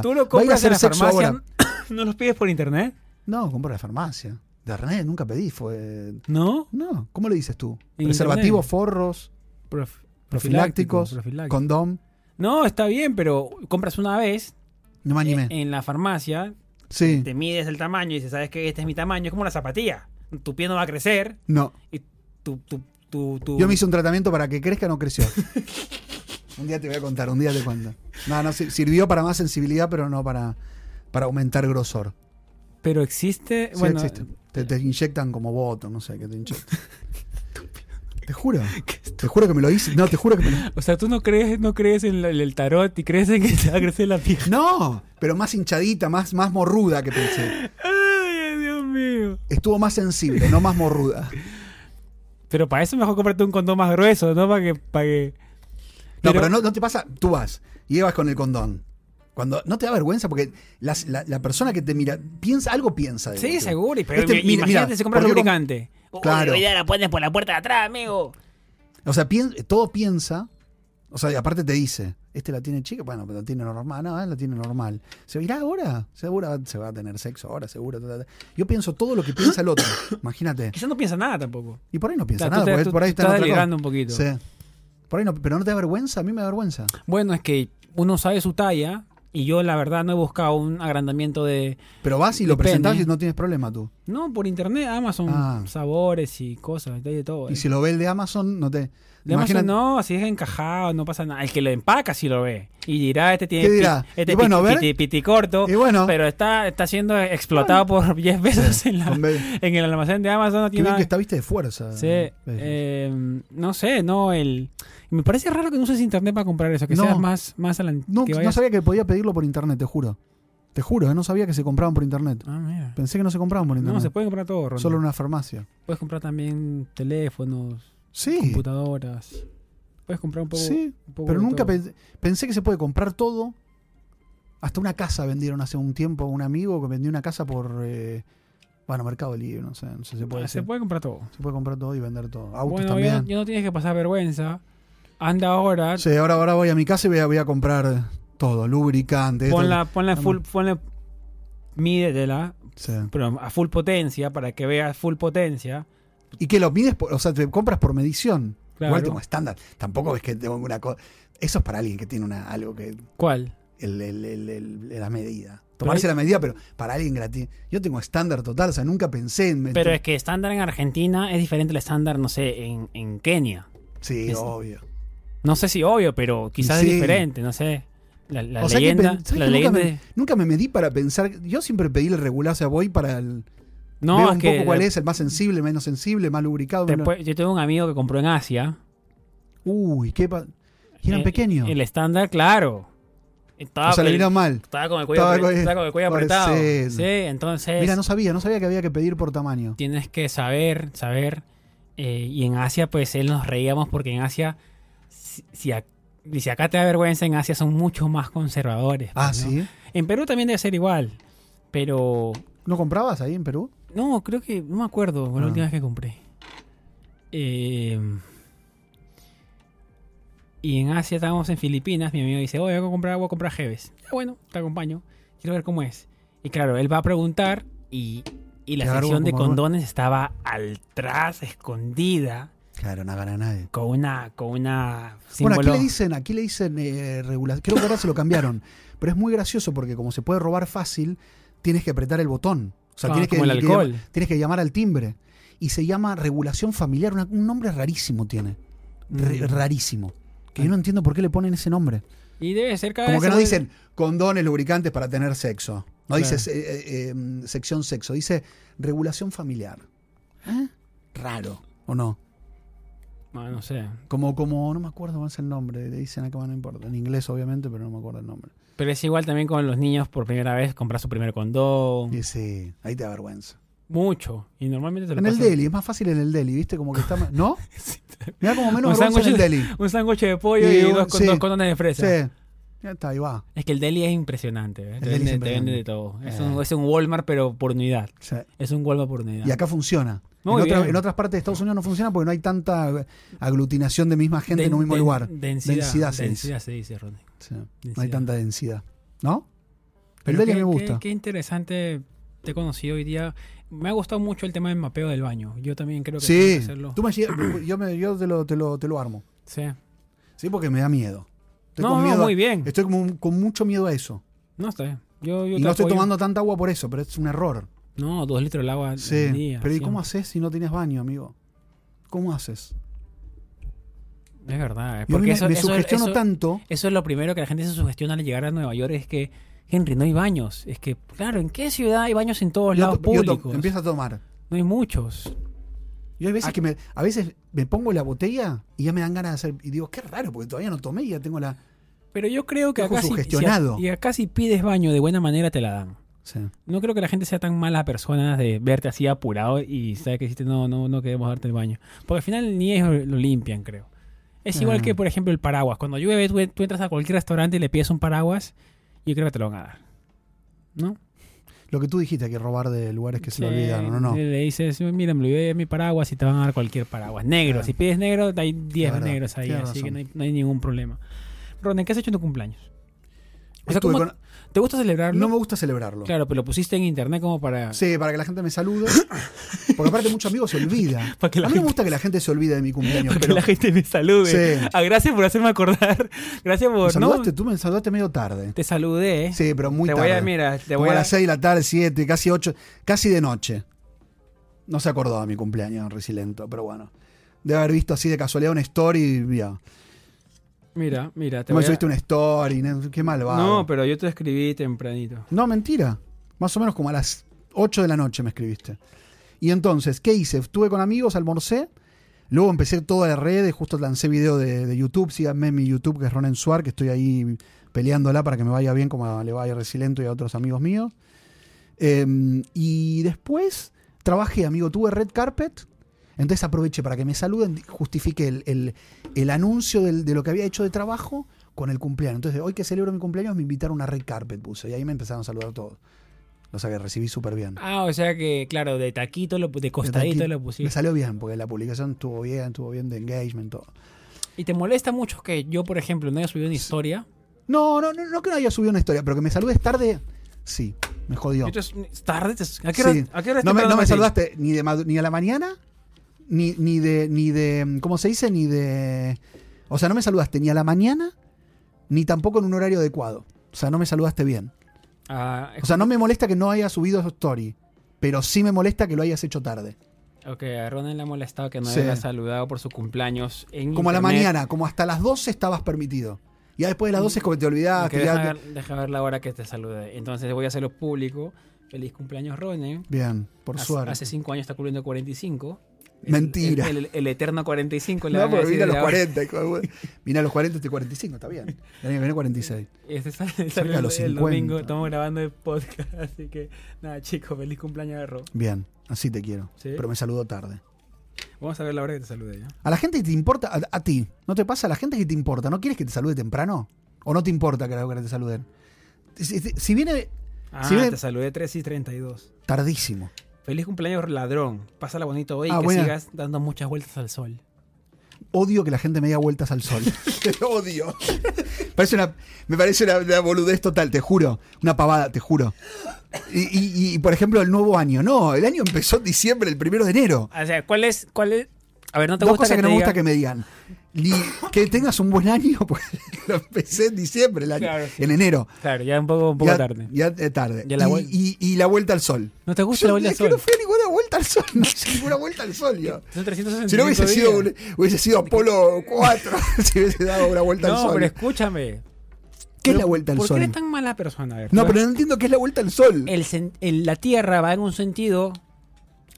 Speaker 1: Pero tú lo
Speaker 2: "Va a ir a
Speaker 1: compras
Speaker 2: hacer
Speaker 1: en la
Speaker 2: sexo
Speaker 1: farmacia.
Speaker 2: ahora".
Speaker 1: ¿No los pides por internet?
Speaker 2: No, compró en la farmacia. De internet nunca pedí, fue...
Speaker 1: ¿No?
Speaker 2: No, ¿cómo le dices tú?
Speaker 1: En
Speaker 2: Preservativos,
Speaker 1: internet.
Speaker 2: forros,
Speaker 1: Prof-
Speaker 2: profilácticos,
Speaker 1: profiláctico.
Speaker 2: condón.
Speaker 1: No, está bien, pero compras una vez
Speaker 2: No me animé.
Speaker 1: en, en la farmacia,
Speaker 2: sí,
Speaker 1: te mides el tamaño y dices, ¿sabes que Este es mi tamaño. Es como una zapatilla. Tu pie no va a crecer.
Speaker 2: no.
Speaker 1: Y tu, tu, tu, tu-
Speaker 2: Yo me hice un tratamiento para que crezca, no creció. un día te voy a contar, un día te cuento. No, no, sir- sirvió para más sensibilidad, pero no para, para aumentar grosor.
Speaker 1: Pero existe...
Speaker 2: Sí
Speaker 1: bueno,
Speaker 2: existe. Te, te inyectan como voto, no sé, qué te inyectan. te juro. Te juro que me lo hice. No, te juro que me lo...
Speaker 1: O sea, tú no crees, no crees en la- en el tarot y crees en que te va a crecer la pija.
Speaker 2: No, pero más hinchadita, más, más morruda que pensé.
Speaker 1: Ay, Dios mío.
Speaker 2: Estuvo más sensible, no más morruda.
Speaker 1: Pero para eso mejor comprarte un condón más grueso, ¿no? Para que... Para que...
Speaker 2: No, pero, no, no te pasa, tú vas y llevas con el condón. Cuando, no te da vergüenza porque las- la, la persona que te mira, piensa, algo piensa. de
Speaker 1: Sí,
Speaker 2: vos.
Speaker 1: seguro. y- Pero
Speaker 2: Este,
Speaker 1: mi-
Speaker 2: mira,
Speaker 1: imagínate
Speaker 2: mira,
Speaker 1: si compras
Speaker 2: ¿por qué com-
Speaker 1: lubricante.
Speaker 2: Claro.
Speaker 1: Uy, ya la pones por la puerta de atrás, amigo.
Speaker 2: O sea, pien- todo piensa. O sea, y aparte te dice, este la tiene chica, bueno, pero la tiene normal, no, él la tiene normal. ¿Se irá ahora? Seguro va- se va a tener sexo ahora, seguro. ta, ta, ta. Yo pienso todo lo que piensa el otro, imagínate.
Speaker 1: Quizás no piensa nada tampoco.
Speaker 2: Y por ahí no
Speaker 1: O
Speaker 2: piensa
Speaker 1: sea, tú
Speaker 2: nada,
Speaker 1: te-
Speaker 2: porque
Speaker 1: tú-
Speaker 2: por
Speaker 1: tú
Speaker 2: ahí está en
Speaker 1: estás
Speaker 2: otra
Speaker 1: delirando un
Speaker 2: cosa.
Speaker 1: poquito.
Speaker 2: Sí. Por ahí no, pero no te da vergüenza, a mí me da vergüenza.
Speaker 1: Bueno, es que uno sabe su talla y yo la verdad no he buscado un agrandamiento de...
Speaker 2: Pero vas y lo
Speaker 1: Depende.
Speaker 2: presentás y no tienes problema tú.
Speaker 1: No, por internet, Amazon,
Speaker 2: Ah.
Speaker 1: sabores y cosas, hay de todo.
Speaker 2: Y si lo ve el de Amazon, no te.
Speaker 1: De Amazon
Speaker 2: imagínate-
Speaker 1: no, así es encajado, no pasa nada. El que lo empaca sí lo ve. Y dirá, este tiene
Speaker 2: ¿Qué dirá?
Speaker 1: pi- este
Speaker 2: Y bueno,
Speaker 1: piti,
Speaker 2: a ver.
Speaker 1: piti- piti corto,
Speaker 2: Y bueno,
Speaker 1: pero está, está siendo explotado por 10 veces en, la-
Speaker 2: con ve-
Speaker 1: en el almacén de Amazon. No
Speaker 2: qué
Speaker 1: tiene
Speaker 2: bien
Speaker 1: nada-
Speaker 2: que está, viste, de fuerza.
Speaker 1: Sí,
Speaker 2: Ves.
Speaker 1: eh, no sé, no, el... Me parece raro que no uses internet para comprar eso, que
Speaker 2: No.
Speaker 1: seas más, más a la-
Speaker 2: no,
Speaker 1: que
Speaker 2: no
Speaker 1: vayas-
Speaker 2: sabía que podía pedirlo por internet, te juro. Te juro, eh, no sabía que se compraban por internet.
Speaker 1: Ah, mira.
Speaker 2: Pensé que no se compraban por
Speaker 1: No,
Speaker 2: internet.
Speaker 1: se puede comprar todo, Ronald.
Speaker 2: Solo en una farmacia.
Speaker 1: Puedes comprar también teléfonos,
Speaker 2: Sí,
Speaker 1: computadoras. Puedes comprar un poco.
Speaker 2: sí.
Speaker 1: un poco
Speaker 2: Pero
Speaker 1: de
Speaker 2: nunca
Speaker 1: todo.
Speaker 2: pen- pensé que se puede comprar todo. Hasta una casa vendieron hace un tiempo un amigo que vendió una casa por. eh, bueno, Mercado Libre, no sé, no sé si se puede
Speaker 1: Ah, Se
Speaker 2: decir.
Speaker 1: puede comprar todo.
Speaker 2: Se puede comprar todo y vender todo. Autos
Speaker 1: bueno, ya,
Speaker 2: también.
Speaker 1: ya no tienes que pasar vergüenza. Anda ahora,
Speaker 2: Sí, ahora, ahora voy a mi casa y voy a, voy a comprar todo: lubricante. esto-
Speaker 1: ponla, ponla en
Speaker 2: Vamos.
Speaker 1: full, ponla, mídetela,
Speaker 2: Sí.
Speaker 1: pero a full potencia para que veas full potencia.
Speaker 2: Y que lo mides, por- o sea, te compras por medición.
Speaker 1: Claro.
Speaker 2: Igual como estándar. Tampoco es que tengo una cosa. Eso es para alguien que tiene una, algo que
Speaker 1: ¿Cuál?
Speaker 2: el- el- el- el- la medida. Tomarse
Speaker 1: hay-
Speaker 2: la medida, pero para alguien gratis. Yo tengo estándar total, o sea, nunca pensé en.
Speaker 1: Pero es que estándar en Argentina es diferente al estándar, no sé, en, en Kenia.
Speaker 2: Sí,
Speaker 1: es-
Speaker 2: obvio.
Speaker 1: No sé si obvio, pero quizás
Speaker 2: Sí.
Speaker 1: es diferente, no sé. La, la
Speaker 2: O sea que
Speaker 1: leyenda.
Speaker 2: pen- ¿sabes
Speaker 1: la
Speaker 2: que nunca,
Speaker 1: leyenda
Speaker 2: me,
Speaker 1: de-
Speaker 2: nunca me medí para pensar. Yo siempre pedí el regular, o sea, voy para el.
Speaker 1: No,
Speaker 2: veo
Speaker 1: es
Speaker 2: un
Speaker 1: que
Speaker 2: poco cuál es, el más sensible, menos sensible, más lubricado.
Speaker 1: te
Speaker 2: menos-
Speaker 1: puede- yo tengo un amigo que compró en Asia.
Speaker 2: Uy, qué. pa- Y eran
Speaker 1: Eh,
Speaker 2: pequeños.
Speaker 1: El estándar, claro.
Speaker 2: O
Speaker 1: Estaba,
Speaker 2: sea, le
Speaker 1: con el,
Speaker 2: vino mal.
Speaker 1: estaba con el cuello,
Speaker 2: Estaba
Speaker 1: apre-
Speaker 2: con el-
Speaker 1: estaba con el cuello
Speaker 2: por el
Speaker 1: apretado.
Speaker 2: seno.
Speaker 1: Sí, entonces
Speaker 2: Mira, no sabía, no sabía que había que pedir por tamaño.
Speaker 1: tienes que saber, saber. eh, y en Asia, pues él nos reíamos porque en Asia, si, si ac- y si acá te da vergüenza, en Asia son mucho más conservadores.
Speaker 2: Ah,
Speaker 1: pues, ¿no?
Speaker 2: sí.
Speaker 1: En Perú también debe ser igual, pero
Speaker 2: ¿No comprabas ahí en Perú?
Speaker 1: no, creo que no me acuerdo fue la
Speaker 2: Ah.
Speaker 1: última vez que compré. Eh, y en Asia estábamos en Filipinas. Mi amigo dice: Oye, voy a comprar, voy a comprar Jeves. Ya, bueno, te acompaño. Quiero ver cómo es. Y claro, él va a preguntar. Y, y la
Speaker 2: Claro,
Speaker 1: sección de
Speaker 2: como no-
Speaker 1: condones estaba al tras, escondida,
Speaker 2: Claro, no gana nadie.
Speaker 1: con una. Con una
Speaker 2: Bueno, aquí
Speaker 1: símbolo.
Speaker 2: le dicen, aquí le dicen eh, regula- Creo que ahora se lo cambiaron. Pero es muy gracioso porque como se puede robar fácil, tienes que apretar el botón. O sea,
Speaker 1: Ah,
Speaker 2: tienes, que,
Speaker 1: como el
Speaker 2: que llama-
Speaker 1: alcohol.
Speaker 2: tienes que llamar al timbre. Y se llama regulación familiar. una- un nombre rarísimo tiene. Re-
Speaker 1: Mm.
Speaker 2: Rarísimo. Que
Speaker 1: Ah.
Speaker 2: yo no entiendo por qué le ponen ese nombre.
Speaker 1: Y debe ser cada
Speaker 2: Como
Speaker 1: vez
Speaker 2: que
Speaker 1: se
Speaker 2: no
Speaker 1: vuelve-
Speaker 2: dicen condones lubricantes para tener sexo. No
Speaker 1: Claro.
Speaker 2: dice eh, eh, eh, sección sexo, dice regulación familiar. ¿Eh? Raro, ¿o no?
Speaker 1: Ah, no sé.
Speaker 2: Como, como, no me acuerdo cuál es el nombre, le dicen acá, no importa. En inglés, obviamente, pero no me acuerdo el nombre.
Speaker 1: Pero es igual también con los niños por primera vez comprar su primer condón.
Speaker 2: Y sí, ahí te da vergüenza.
Speaker 1: Mucho. Y normalmente te lo
Speaker 2: En el
Speaker 1: pasan-
Speaker 2: deli, es más fácil en el deli, ¿viste? Como que está más- ¿No? Me da como
Speaker 1: Un
Speaker 2: menos vergüenza en
Speaker 1: sándwich
Speaker 2: el deli.
Speaker 1: Un sándwich de pollo y,
Speaker 2: Y un-
Speaker 1: dos, con-
Speaker 2: sí.
Speaker 1: dos condones de
Speaker 2: Sí.
Speaker 1: fresa.
Speaker 2: Ya está, ahí va.
Speaker 1: Es que el deli es impresionante. ¿eh? Te,
Speaker 2: deli
Speaker 1: vende,
Speaker 2: es
Speaker 1: te
Speaker 2: impresionante.
Speaker 1: vende de todo. Es, un,
Speaker 2: Eh.
Speaker 1: es un Walmart, pero por unidad.
Speaker 2: Sí.
Speaker 1: Es un Walmart por unidad.
Speaker 2: Y acá funciona.
Speaker 1: Muy
Speaker 2: en, otra-
Speaker 1: bien.
Speaker 2: en otras partes de Estados Unidos no funciona porque no hay tanta aglutinación de misma gente en
Speaker 1: Den-
Speaker 2: un mismo
Speaker 1: den-
Speaker 2: lugar.
Speaker 1: Densidad.
Speaker 2: Densidad se dice.
Speaker 1: densidad se dice, Ronnie.
Speaker 2: Sí, No hay
Speaker 1: Densidad.
Speaker 2: tanta densidad. ¿No?
Speaker 1: Pero
Speaker 2: el deli
Speaker 1: qué-
Speaker 2: me gusta.
Speaker 1: Qué, qué interesante te he conocido hoy día. Me ha gustado mucho el tema del mapeo del baño. Yo también creo que tengo que
Speaker 2: sí.
Speaker 1: hacerlo.
Speaker 2: Tú me lle- yo, me- yo te, lo, te, lo, te lo armo.
Speaker 1: Sí.
Speaker 2: Sí, porque me da miedo. Estoy
Speaker 1: No,
Speaker 2: con
Speaker 1: no,
Speaker 2: miedo a-
Speaker 1: muy bien.
Speaker 2: Estoy como con mucho miedo a eso.
Speaker 1: No está bien. Yo, yo
Speaker 2: y
Speaker 1: te
Speaker 2: no estoy
Speaker 1: apoyo.
Speaker 2: tomando tanta agua por eso, pero es un error.
Speaker 1: No, dos litros de agua
Speaker 2: Sí.
Speaker 1: al día.
Speaker 2: pero ¿y cómo
Speaker 1: siempre.
Speaker 2: haces si no tienes baño, amigo? ¿Cómo haces?
Speaker 1: Es verdad.
Speaker 2: Y a mí
Speaker 1: Porque
Speaker 2: me,
Speaker 1: eso,
Speaker 2: me
Speaker 1: eso-
Speaker 2: sugestiono
Speaker 1: eso-
Speaker 2: tanto.
Speaker 1: Eso es lo primero que la gente se sugestiona al llegar a Nueva York, es que, Henry, no hay baños. Es que, claro, ¿en qué ciudad hay baños en todos
Speaker 2: yo
Speaker 1: lados
Speaker 2: to- yo to-
Speaker 1: públicos?
Speaker 2: empiezo a tomar.
Speaker 1: No hay muchos.
Speaker 2: Yo hay veces
Speaker 1: Ah.
Speaker 2: que me, a veces me pongo la botella y ya me dan ganas de hacer. Y digo, qué raro, porque todavía no tomé y ya tengo la.
Speaker 1: Pero yo creo que
Speaker 2: Ojo,
Speaker 1: acá si,
Speaker 2: sugestionado.
Speaker 1: si- y acá si pides baño de buena manera te la dan.
Speaker 2: Sí.
Speaker 1: No creo que la gente sea tan mala persona de verte así apurado y sabe que hiciste no, no, no queremos darte el baño. Porque al final ni ellos lo limpian, creo. Es igual
Speaker 2: Ah.
Speaker 1: que, por ejemplo, el paraguas. Cuando llueve, tú, tú entras a cualquier restaurante y le pides un paraguas, yo creo que te lo van a dar. ¿No?
Speaker 2: Lo que tú dijiste, que robar de lugares que se lo
Speaker 1: Sí,
Speaker 2: olvidaron, ¿o no?
Speaker 1: y Eh, Le dices, mira, me olvidé de mi paraguas y te van a dar cualquier paraguas. Negro,
Speaker 2: Claro.
Speaker 1: si pides negro, hay 10
Speaker 2: Claro,
Speaker 1: negros ahí, así
Speaker 2: tienes
Speaker 1: que
Speaker 2: razón.
Speaker 1: no hay, no hay ningún problema. Ronen, ¿qué has hecho en tu cumpleaños? O sea,
Speaker 2: Estuve
Speaker 1: ¿cómo-
Speaker 2: con-
Speaker 1: ¿Te gusta celebrarlo?
Speaker 2: No me gusta celebrarlo.
Speaker 1: Claro, pero lo pusiste en internet como para...
Speaker 2: Sí, para que la gente me salude. Porque aparte muchos amigos se olvida.
Speaker 1: Para que la
Speaker 2: a mí no
Speaker 1: gente-
Speaker 2: me gusta que la gente se olvide de mi cumpleaños.
Speaker 1: Para que
Speaker 2: pero
Speaker 1: la gente me salude.
Speaker 2: Sí.
Speaker 1: Ah, gracias por hacerme acordar. Gracias
Speaker 2: ¿Me
Speaker 1: por...
Speaker 2: saludaste?
Speaker 1: ¿no?
Speaker 2: Tú me saludaste medio tarde.
Speaker 1: Te saludé.
Speaker 2: Sí, pero muy
Speaker 1: te
Speaker 2: tarde.
Speaker 1: voy a... Mira, te
Speaker 2: Como
Speaker 1: voy
Speaker 2: a
Speaker 1: a...
Speaker 2: las 6 de la tarde, 7, casi 8, casi de noche. No se acordó de mi cumpleaños, Resilento, pero bueno. Debe haber visto así de casualidad una story y mira.
Speaker 1: Mira, mira, te
Speaker 2: Me
Speaker 1: voy a-
Speaker 2: subiste una story, ne- qué mal va.
Speaker 1: No, pero yo te escribí tempranito.
Speaker 2: No, mentira. Más o menos como a las 8 de la noche me escribiste. Y entonces, ¿qué hice? Estuve con amigos, almorcé. Luego empecé toda la red, justo lancé video de, de YouTube. Síganme en mi YouTube, que es Ronen Suar, que estoy ahí peleándola para que me vaya bien, como a- le vaya a Resilento y a otros amigos míos. Em, y después trabajé, amigo, tuve red carpet. Entonces aproveché para que me saluden, justifiqué el, el- el anuncio del- de lo que había hecho de trabajo con el cumpleaños. Entonces, hoy que celebro mi cumpleaños, me invitaron a una red carpet, puse. Y ahí me empezaron a saludar todos. O sea que recibí súper bien.
Speaker 1: Ah, o sea que, claro, de taquito, lo, pu- de costadito
Speaker 2: Aquí
Speaker 1: lo
Speaker 2: Me
Speaker 1: pusiste.
Speaker 2: salió bien, porque la publicación estuvo bien, estuvo bien de engagement, todo.
Speaker 1: Y te molesta mucho que yo, por ejemplo, no haya subido una historia.
Speaker 2: No, no, no, no que no haya subido una historia, pero que me saludes tarde, sí, me jodió.
Speaker 1: Yo te- tarde, te- ¿a qué hora,
Speaker 2: Sí.
Speaker 1: a qué hora
Speaker 2: no me,
Speaker 1: temprano
Speaker 2: no me
Speaker 1: has dicho?
Speaker 2: saludaste ni de madu- ni a la mañana, ni, ni de, ni de, ¿cómo se dice? Ni de, o sea, no me saludaste ni a la mañana, ni tampoco en un horario adecuado. O sea, no me saludaste bien.
Speaker 1: Ah,
Speaker 2: O sea, no me molesta que no haya subido esa story, pero sí me molesta que lo hayas hecho tarde.
Speaker 1: ok, a Ronan le ha molestado que no
Speaker 2: Sí.
Speaker 1: haya saludado por su cumpleaños en
Speaker 2: Como a la
Speaker 1: internet,
Speaker 2: mañana, como hasta las 12 estabas permitido. Ya después de las 12 es como te
Speaker 1: que
Speaker 2: olvidaste. Ah, ya
Speaker 1: deja,
Speaker 2: te-
Speaker 1: ver, deja ver la hora que te salude. Entonces voy a hacerlo público. Feliz cumpleaños, Ronan.
Speaker 2: Bien, por
Speaker 1: Hace-
Speaker 2: suerte.
Speaker 1: Hace 5 años está cumpliendo 45. El-
Speaker 2: Mentira.
Speaker 1: El, el- el eterno 45. le
Speaker 2: No,
Speaker 1: van a
Speaker 2: porque
Speaker 1: decir
Speaker 2: vine a los
Speaker 1: ahora.
Speaker 2: 40. hijo de puta. Vine a los 40, estoy 45, está bien. Tenía que venir 46.
Speaker 1: Este sale, sale
Speaker 2: Cerca de
Speaker 1: el,
Speaker 2: los
Speaker 1: el domingo,
Speaker 2: 50.
Speaker 1: estamos grabando el podcast, así que nada, chicos, feliz cumpleaños de Ro.
Speaker 2: Bien, así te quiero.
Speaker 1: Sí.
Speaker 2: Pero me saludó tarde.
Speaker 1: Vamos a ver la hora que te salude ya.
Speaker 2: A la gente que te importa, a, a ti, ¿no te pasa? A la gente que te importa, ¿no quieres que te salude temprano? ¿O no te importa que la- que te saluden? Si, si- si viene
Speaker 1: Ah,
Speaker 2: Si bien-
Speaker 1: te saludé 3 y 32.
Speaker 2: tardísimo.
Speaker 1: Feliz cumpleaños, ladrón. Pásala bonito hoy y
Speaker 2: Ah,
Speaker 1: que
Speaker 2: buena.
Speaker 1: sigas dando muchas vueltas al sol.
Speaker 2: Odio que la gente me dé vueltas al sol. Te odio. Parece una, me parece una, una boludez total, te juro. Una pavada, te juro. Y, y- y, por ejemplo, el nuevo año. No, el año empezó en diciembre, el primero de enero.
Speaker 1: O sea, ¿cuál es? Cuál es? A ver, no te
Speaker 2: Dos
Speaker 1: gusta
Speaker 2: cosas que,
Speaker 1: que,
Speaker 2: no
Speaker 1: te
Speaker 2: me gusta
Speaker 1: digan-
Speaker 2: que me digan. Ni que tengas un buen año, pues lo empecé en diciembre, el año,
Speaker 1: Claro, sí.
Speaker 2: en enero.
Speaker 1: Claro, ya un poco, un poco
Speaker 2: ya,
Speaker 1: tarde.
Speaker 2: Ya eh, tarde.
Speaker 1: Ya la
Speaker 2: y,
Speaker 1: vuel-
Speaker 2: y- y la vuelta al sol.
Speaker 1: ¿No te gusta la vuelta
Speaker 2: Yo-
Speaker 1: al
Speaker 2: es que no
Speaker 1: sol?
Speaker 2: fui a ninguna vuelta al sol. No hice ninguna vuelta al sol, yo.
Speaker 1: Son 365
Speaker 2: Si no hubiese
Speaker 1: días.
Speaker 2: sido, un- hubiese sido Apolo 4, si hubiese dado una vuelta al
Speaker 1: No,
Speaker 2: sol.
Speaker 1: pero escúchame.
Speaker 2: ¿Qué es
Speaker 1: Pero,
Speaker 2: la vuelta al
Speaker 1: ¿Por
Speaker 2: sol?
Speaker 1: qué eres tan Eh, mala persona? A ver,
Speaker 2: No,
Speaker 1: tú-
Speaker 2: pero no entiendo qué es la vuelta al sol.
Speaker 1: el sen- el- la Tierra va en un sentido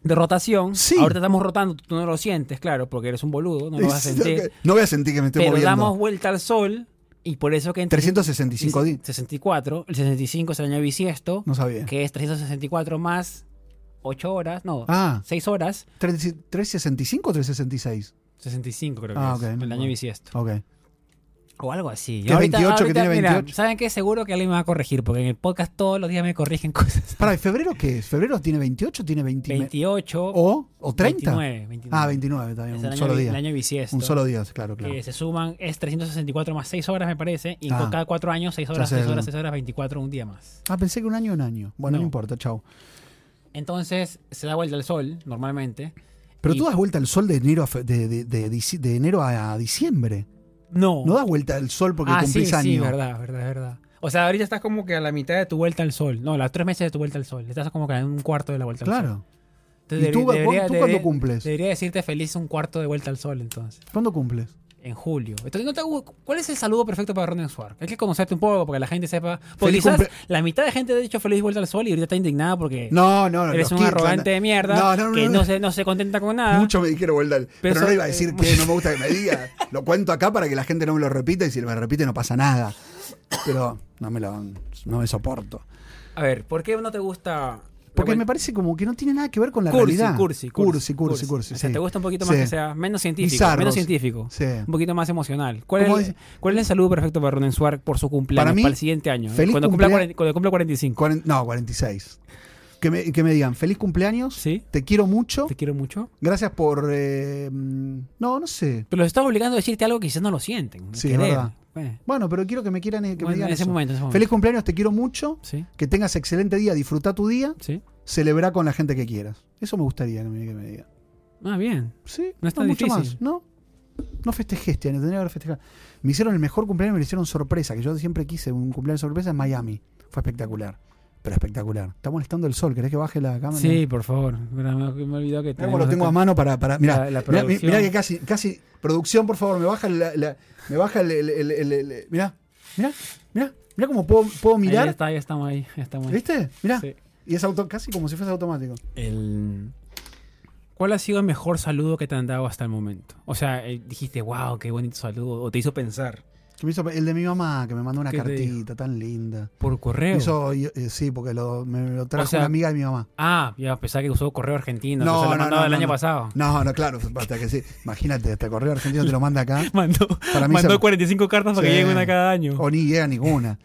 Speaker 1: de rotación.
Speaker 2: Sí.
Speaker 1: Ahorita estamos rotando, tú no lo sientes, claro, porque eres un boludo, no lo vas a
Speaker 2: Es-
Speaker 1: sentir.
Speaker 2: ok. No voy a sentir que me estoy
Speaker 1: Pero
Speaker 2: moviendo.
Speaker 1: damos vuelta al sol y por eso que en
Speaker 2: 365 días.
Speaker 1: 64, el 65 es el año bisiesto,
Speaker 2: No sabía.
Speaker 1: que es 364 más 8 horas, no,
Speaker 2: Ah,
Speaker 1: 6 horas.
Speaker 2: 3- 365 o 366.
Speaker 1: 65 creo que
Speaker 2: Ah,
Speaker 1: es,
Speaker 2: ok, no me
Speaker 1: el año
Speaker 2: acuerdo.
Speaker 1: bisiesto.
Speaker 2: Ok.
Speaker 1: O algo así.
Speaker 2: Que es 28, que tiene
Speaker 1: mira,
Speaker 2: 28.
Speaker 1: ¿Saben qué? Seguro que alguien me va a corregir, porque en el podcast todos los días me corrigen cosas.
Speaker 2: Para, ¿y febrero qué es? ¿Febrero tiene 28 tiene 20?
Speaker 1: 28
Speaker 2: ¿O, o 30?
Speaker 1: 29, 29.
Speaker 2: Ah, 29, está bien,
Speaker 1: Es
Speaker 2: un
Speaker 1: el año,
Speaker 2: solo
Speaker 1: bi-
Speaker 2: día.
Speaker 1: El año bisiesto.
Speaker 2: Un solo día, claro, claro.
Speaker 1: Que se suman, es 364 más 6 horas, me parece. Y
Speaker 2: Ah.
Speaker 1: cada 4 años, 6 horas,
Speaker 2: sé,
Speaker 1: 6
Speaker 2: el-
Speaker 1: horas, 6 horas, 24, un día más.
Speaker 2: Ah, pensé que un año, un año. Bueno, no,
Speaker 1: No.
Speaker 2: importa, chao.
Speaker 1: Entonces, se da vuelta al sol, normalmente.
Speaker 2: Pero
Speaker 1: Y-
Speaker 2: tú das vuelta al sol de enero a, fe- de, de- de dici- de enero a, a diciembre.
Speaker 1: No.
Speaker 2: No das vuelta al sol porque
Speaker 1: Oh. ah, sí,
Speaker 2: cumplís año.
Speaker 1: sí, verdad, verdad, verdad. O sea, ahorita estás como que a la mitad de tu vuelta al sol. No, las 3 meses de tu vuelta al sol. Estás como que a un cuarto de la vuelta al sol.
Speaker 2: Claro.
Speaker 1: Entonces,
Speaker 2: ¿Y tú,
Speaker 1: debe-
Speaker 2: cu-
Speaker 1: debería-
Speaker 2: tú
Speaker 1: debería-
Speaker 2: cuándo cumples?
Speaker 1: Debería decirte feliz un cuarto de vuelta al sol, entonces.
Speaker 2: ¿Cuándo cumples?
Speaker 1: En julio. Entonces, ¿no te gu- ¿cuál es el saludo perfecto para Ronen Suar? Hay que conocerte un poco porque la gente sepa. Porque
Speaker 2: Feliz
Speaker 1: quizás
Speaker 2: cumple-
Speaker 1: la mitad de gente te ha dicho feliz vuelta al sol y ahorita está indignada porque
Speaker 2: No, no, no.
Speaker 1: Eh, eres
Speaker 2: los
Speaker 1: un
Speaker 2: kids,
Speaker 1: arrogante
Speaker 2: anda.
Speaker 1: de mierda
Speaker 2: No, no, no,
Speaker 1: que
Speaker 2: no,
Speaker 1: no,
Speaker 2: no.
Speaker 1: Se, no se contenta con nada.
Speaker 2: Mucho me dijeron vuelta al Pero,
Speaker 1: Pero
Speaker 2: no
Speaker 1: eso-
Speaker 2: iba a decir
Speaker 1: eh,
Speaker 2: que no me gusta que me diga. Lo cuento acá para que la gente no me lo repita y si me repite no pasa nada. Pero no me lo no me soporto.
Speaker 1: A ver, ¿por qué no te gusta?
Speaker 2: Porque
Speaker 1: la
Speaker 2: me
Speaker 1: vuelta-
Speaker 2: parece como que no tiene nada que ver con la
Speaker 1: cursi,
Speaker 2: realidad.
Speaker 1: cursi,
Speaker 2: cursi, cursi, cursi,
Speaker 1: O sea,
Speaker 2: sí.
Speaker 1: te gusta un poquito más
Speaker 2: Sí.
Speaker 1: que sea menos científico,
Speaker 2: Bizarros.
Speaker 1: menos científico.
Speaker 2: Sí.
Speaker 1: Un poquito más emocional. ¿Cuál
Speaker 2: ¿Cómo
Speaker 1: es,
Speaker 2: dice?
Speaker 1: ¿Cuál es el saludo perfecto para Ronen Suar por su cumpleaños?
Speaker 2: Para
Speaker 1: Para,
Speaker 2: mí,
Speaker 1: el siguiente año.
Speaker 2: feliz
Speaker 1: cuando, cumpla
Speaker 2: cumplea-
Speaker 1: cuaren- cuando cumpla 45.
Speaker 2: Cuaren- no, 46. Que me, que me digan, feliz cumpleaños,
Speaker 1: Sí.
Speaker 2: te quiero mucho,
Speaker 1: Te quiero mucho.
Speaker 2: gracias por... eh, mm, no, no sé.
Speaker 1: Pero los estás obligando a decirte algo que quizás no lo sienten.
Speaker 2: Sí,
Speaker 1: querer.
Speaker 2: es verdad.
Speaker 1: Bueno,
Speaker 2: Bueno, pero quiero que me quieran eh, que me
Speaker 1: bueno,
Speaker 2: digan
Speaker 1: en ese
Speaker 2: eso.
Speaker 1: momento, en ese momento.
Speaker 2: Feliz cumpleaños, te quiero mucho,
Speaker 1: Sí,
Speaker 2: que tengas excelente día, disfruta tu día,
Speaker 1: sí.
Speaker 2: celebra con la gente que quieras. Eso me gustaría que me, que me digan.
Speaker 1: Ah, bien.
Speaker 2: Sí,
Speaker 1: No es tan
Speaker 2: mucho
Speaker 1: difícil.
Speaker 2: más. No, no festejé este año, tendría que haber festejado. Me hicieron el mejor cumpleaños, me lo hicieron sorpresa, que yo siempre quise un cumpleaños sorpresa en Miami. Fue espectacular, pero espectacular. Está molestando el sol, ¿querés que baje la cámara?
Speaker 1: Sí, por favor. Mira, Me me he olvidado que
Speaker 2: Mirá cómo lo
Speaker 1: tenemos
Speaker 2: tengo
Speaker 1: acá.
Speaker 2: a mano para. para mirá,
Speaker 1: La- la
Speaker 2: mirá, mi-
Speaker 1: producción.
Speaker 2: mirá que casi, casi. Producción, por favor, me baja la. la- me baja el. el, el- el- el- mirá, mirá, mirá, mirá cómo puedo, puedo
Speaker 1: Ahí
Speaker 2: mirar.
Speaker 1: está, ya estamos ahí. Ya estamos ahí.
Speaker 2: ¿Viste? Mirá.
Speaker 1: Sí.
Speaker 2: Y es auto, casi como si fuese automático.
Speaker 1: El... ¿Cuál ha sido el mejor saludo que te han dado hasta el momento? O sea, eh, dijiste, wow, qué bonito saludo. O te hizo pensar.
Speaker 2: Que me hizo- el de mi mamá, que me mandó una
Speaker 1: ¿Qué te
Speaker 2: cartita tan linda.
Speaker 1: Por correo.
Speaker 2: Eso, yo- eh, sí, porque lo, me lo trajo
Speaker 1: O sea-
Speaker 2: una amiga de mi mamá.
Speaker 1: Ah, ya pensaba que usó correo argentino.
Speaker 2: No,
Speaker 1: No,
Speaker 2: no,
Speaker 1: lo mandaba
Speaker 2: no,
Speaker 1: el
Speaker 2: no,
Speaker 1: año
Speaker 2: no.
Speaker 1: pasado.
Speaker 2: No, no, claro, hasta que sí. Imagínate, hasta correo argentino te lo manda acá.
Speaker 1: Mandó,
Speaker 2: Para mí
Speaker 1: mandó
Speaker 2: se-
Speaker 1: 45 cartas para que
Speaker 2: Sí.
Speaker 1: llegue una cada año.
Speaker 2: O ni llega ninguna.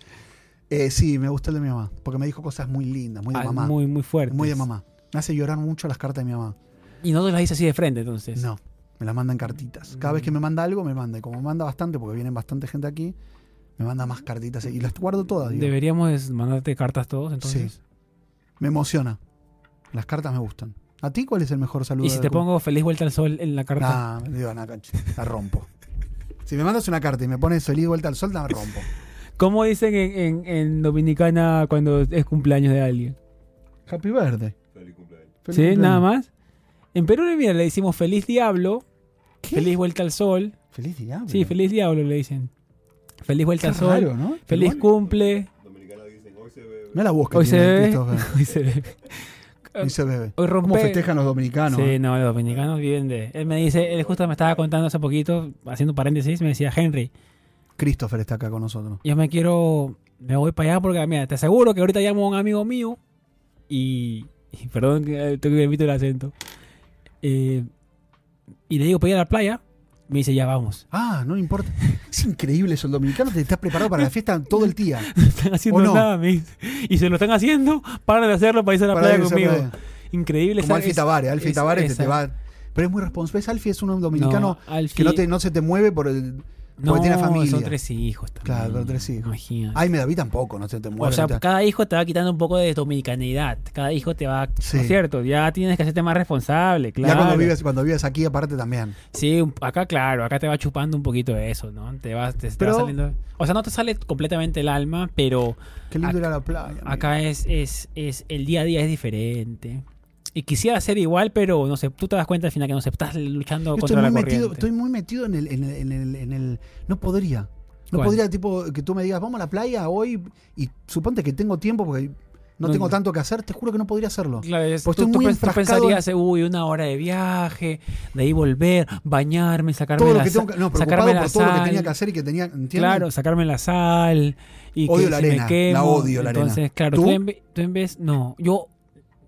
Speaker 2: Eh, sí, me gustó el de mi mamá, porque me dijo cosas muy lindas, muy de
Speaker 1: Ah,
Speaker 2: mamá.
Speaker 1: muy, muy fuerte.
Speaker 2: Muy de mamá. Me hace llorar mucho las cartas de mi mamá.
Speaker 1: Y no te las dice así de frente, entonces.
Speaker 2: No, me las mandan cartitas. Cada vez que me manda algo, me manda. Y como me manda bastante, porque vienen bastante gente aquí, me manda más cartitas. Y las guardo todas. digo.
Speaker 1: Deberíamos es- mandarte cartas todos, entonces.
Speaker 2: Sí. Me emociona. Las cartas me gustan. ¿A ti cuál es el mejor saludo?
Speaker 1: Y si
Speaker 2: de
Speaker 1: te
Speaker 2: cum-
Speaker 1: pongo feliz vuelta al sol en la carta.
Speaker 2: Nah, me digo, nah, concha, la rompo. Si me mandas una carta y me pones feliz vuelta al sol, la rompo.
Speaker 1: ¿Cómo dicen en, en- en Dominicana cuando es cumpleaños de alguien?
Speaker 2: Happy Verde.
Speaker 1: ¿Sí? Nada más. En Perú, mira, le decimos feliz diablo, feliz vuelta al sol.
Speaker 2: Feliz diablo.
Speaker 1: Sí, feliz diablo le dicen. Feliz vuelta
Speaker 2: Qué
Speaker 1: al sol.
Speaker 2: raro, ¿no?
Speaker 1: Feliz cumple.
Speaker 2: Mira la voz que
Speaker 1: Hoy se
Speaker 2: tiene
Speaker 1: ve.
Speaker 2: Christopher.
Speaker 1: Hoy se ve.
Speaker 2: Me dice Bebe.
Speaker 1: Hoy rompe...
Speaker 2: ¿Cómo festejan los dominicanos?
Speaker 1: Sí,
Speaker 2: eh?
Speaker 1: no, los dominicanos viven de... Él me dice, él justo me estaba contando hace poquito, haciendo un paréntesis, me decía, Henry,
Speaker 2: Christopher está acá con nosotros.
Speaker 1: yo me quiero, me voy para allá porque, mira, te aseguro que ahorita llamo a un amigo mío y, y perdón, que, eh, tengo que emitir el acento. Eh, y le digo, para ir a la playa, me dice, ya vamos.
Speaker 2: Ah, no importa. Es increíble eso. El dominicano te estás preparado para la fiesta todo el día.
Speaker 1: No están haciendo
Speaker 2: ¿O no?
Speaker 1: nada, me dice. Y se lo están haciendo, para de hacerlo para irse a la
Speaker 2: Para
Speaker 1: playa
Speaker 2: irse a la
Speaker 1: conmigo.
Speaker 2: playa.
Speaker 1: Increíble.
Speaker 2: Como
Speaker 1: esa-
Speaker 2: Alfie
Speaker 1: es-
Speaker 2: Tavares. Alfie
Speaker 1: es-
Speaker 2: Tavares te-
Speaker 1: esa-
Speaker 2: te va. Pero es muy responsable. ¿Ves? Alfie es un dominicano
Speaker 1: No, Alfie-
Speaker 2: que no, te, no se te mueve por el. porque tiene familia.
Speaker 1: Son tres hijos también.
Speaker 2: Claro, son tres hijos.
Speaker 1: Imagínate.
Speaker 2: Ay, me David tampoco, no se te mueve.
Speaker 1: o sea,
Speaker 2: no te-
Speaker 1: cada hijo te va quitando un poco de dominicanidad. Cada hijo te va.
Speaker 2: Sí.
Speaker 1: ¿no es cierto? Ya tienes que hacerte más responsable, claro.
Speaker 2: Ya cuando vives, cuando vives aquí, aparte también.
Speaker 1: Sí, un- acá, claro, acá te va chupando un poquito de eso, ¿no? Te vas te, te va
Speaker 2: Pero-
Speaker 1: saliendo. O sea, no te sale completamente el alma, pero
Speaker 2: Qué lindo
Speaker 1: Ac-
Speaker 2: ir a la playa. amigo.
Speaker 1: acá es, es, es. El día a día es diferente. Y quisiera ser igual, pero no sé, tú te das cuenta al final que no sé, estás luchando
Speaker 2: Yo
Speaker 1: contra
Speaker 2: estoy muy,
Speaker 1: la
Speaker 2: metido,
Speaker 1: corriente.
Speaker 2: estoy muy metido en el, en el- en el- en el- No podría. No
Speaker 1: ¿Cuál?
Speaker 2: podría, tipo, que tú me digas, vamos a la playa hoy y suponte que tengo tiempo porque no,
Speaker 1: No,
Speaker 2: tengo
Speaker 1: no.
Speaker 2: tanto que hacer, te juro que no podría hacerlo.
Speaker 1: Claro, es-
Speaker 2: Pues
Speaker 1: tú,
Speaker 2: estoy
Speaker 1: tú
Speaker 2: muy
Speaker 1: pens- tú
Speaker 2: enfrascado
Speaker 1: pensarías, uy, una hora de viaje, de ahí volver, bañarme, sacarme
Speaker 2: todo lo
Speaker 1: la
Speaker 2: que
Speaker 1: sa-
Speaker 2: tengo que, No, preocupado
Speaker 1: sacarme la
Speaker 2: por todo lo que
Speaker 1: sal.
Speaker 2: tenía que hacer y que tenía. ¿entiendes?
Speaker 1: Claro, sacarme la sal. Y
Speaker 2: Odio
Speaker 1: que
Speaker 2: la
Speaker 1: se me
Speaker 2: arena, la
Speaker 1: quemo.
Speaker 2: odio la arena.
Speaker 1: Entonces, claro,
Speaker 2: ¿Tú?
Speaker 1: tú, en, ve- tú en vez. No, yo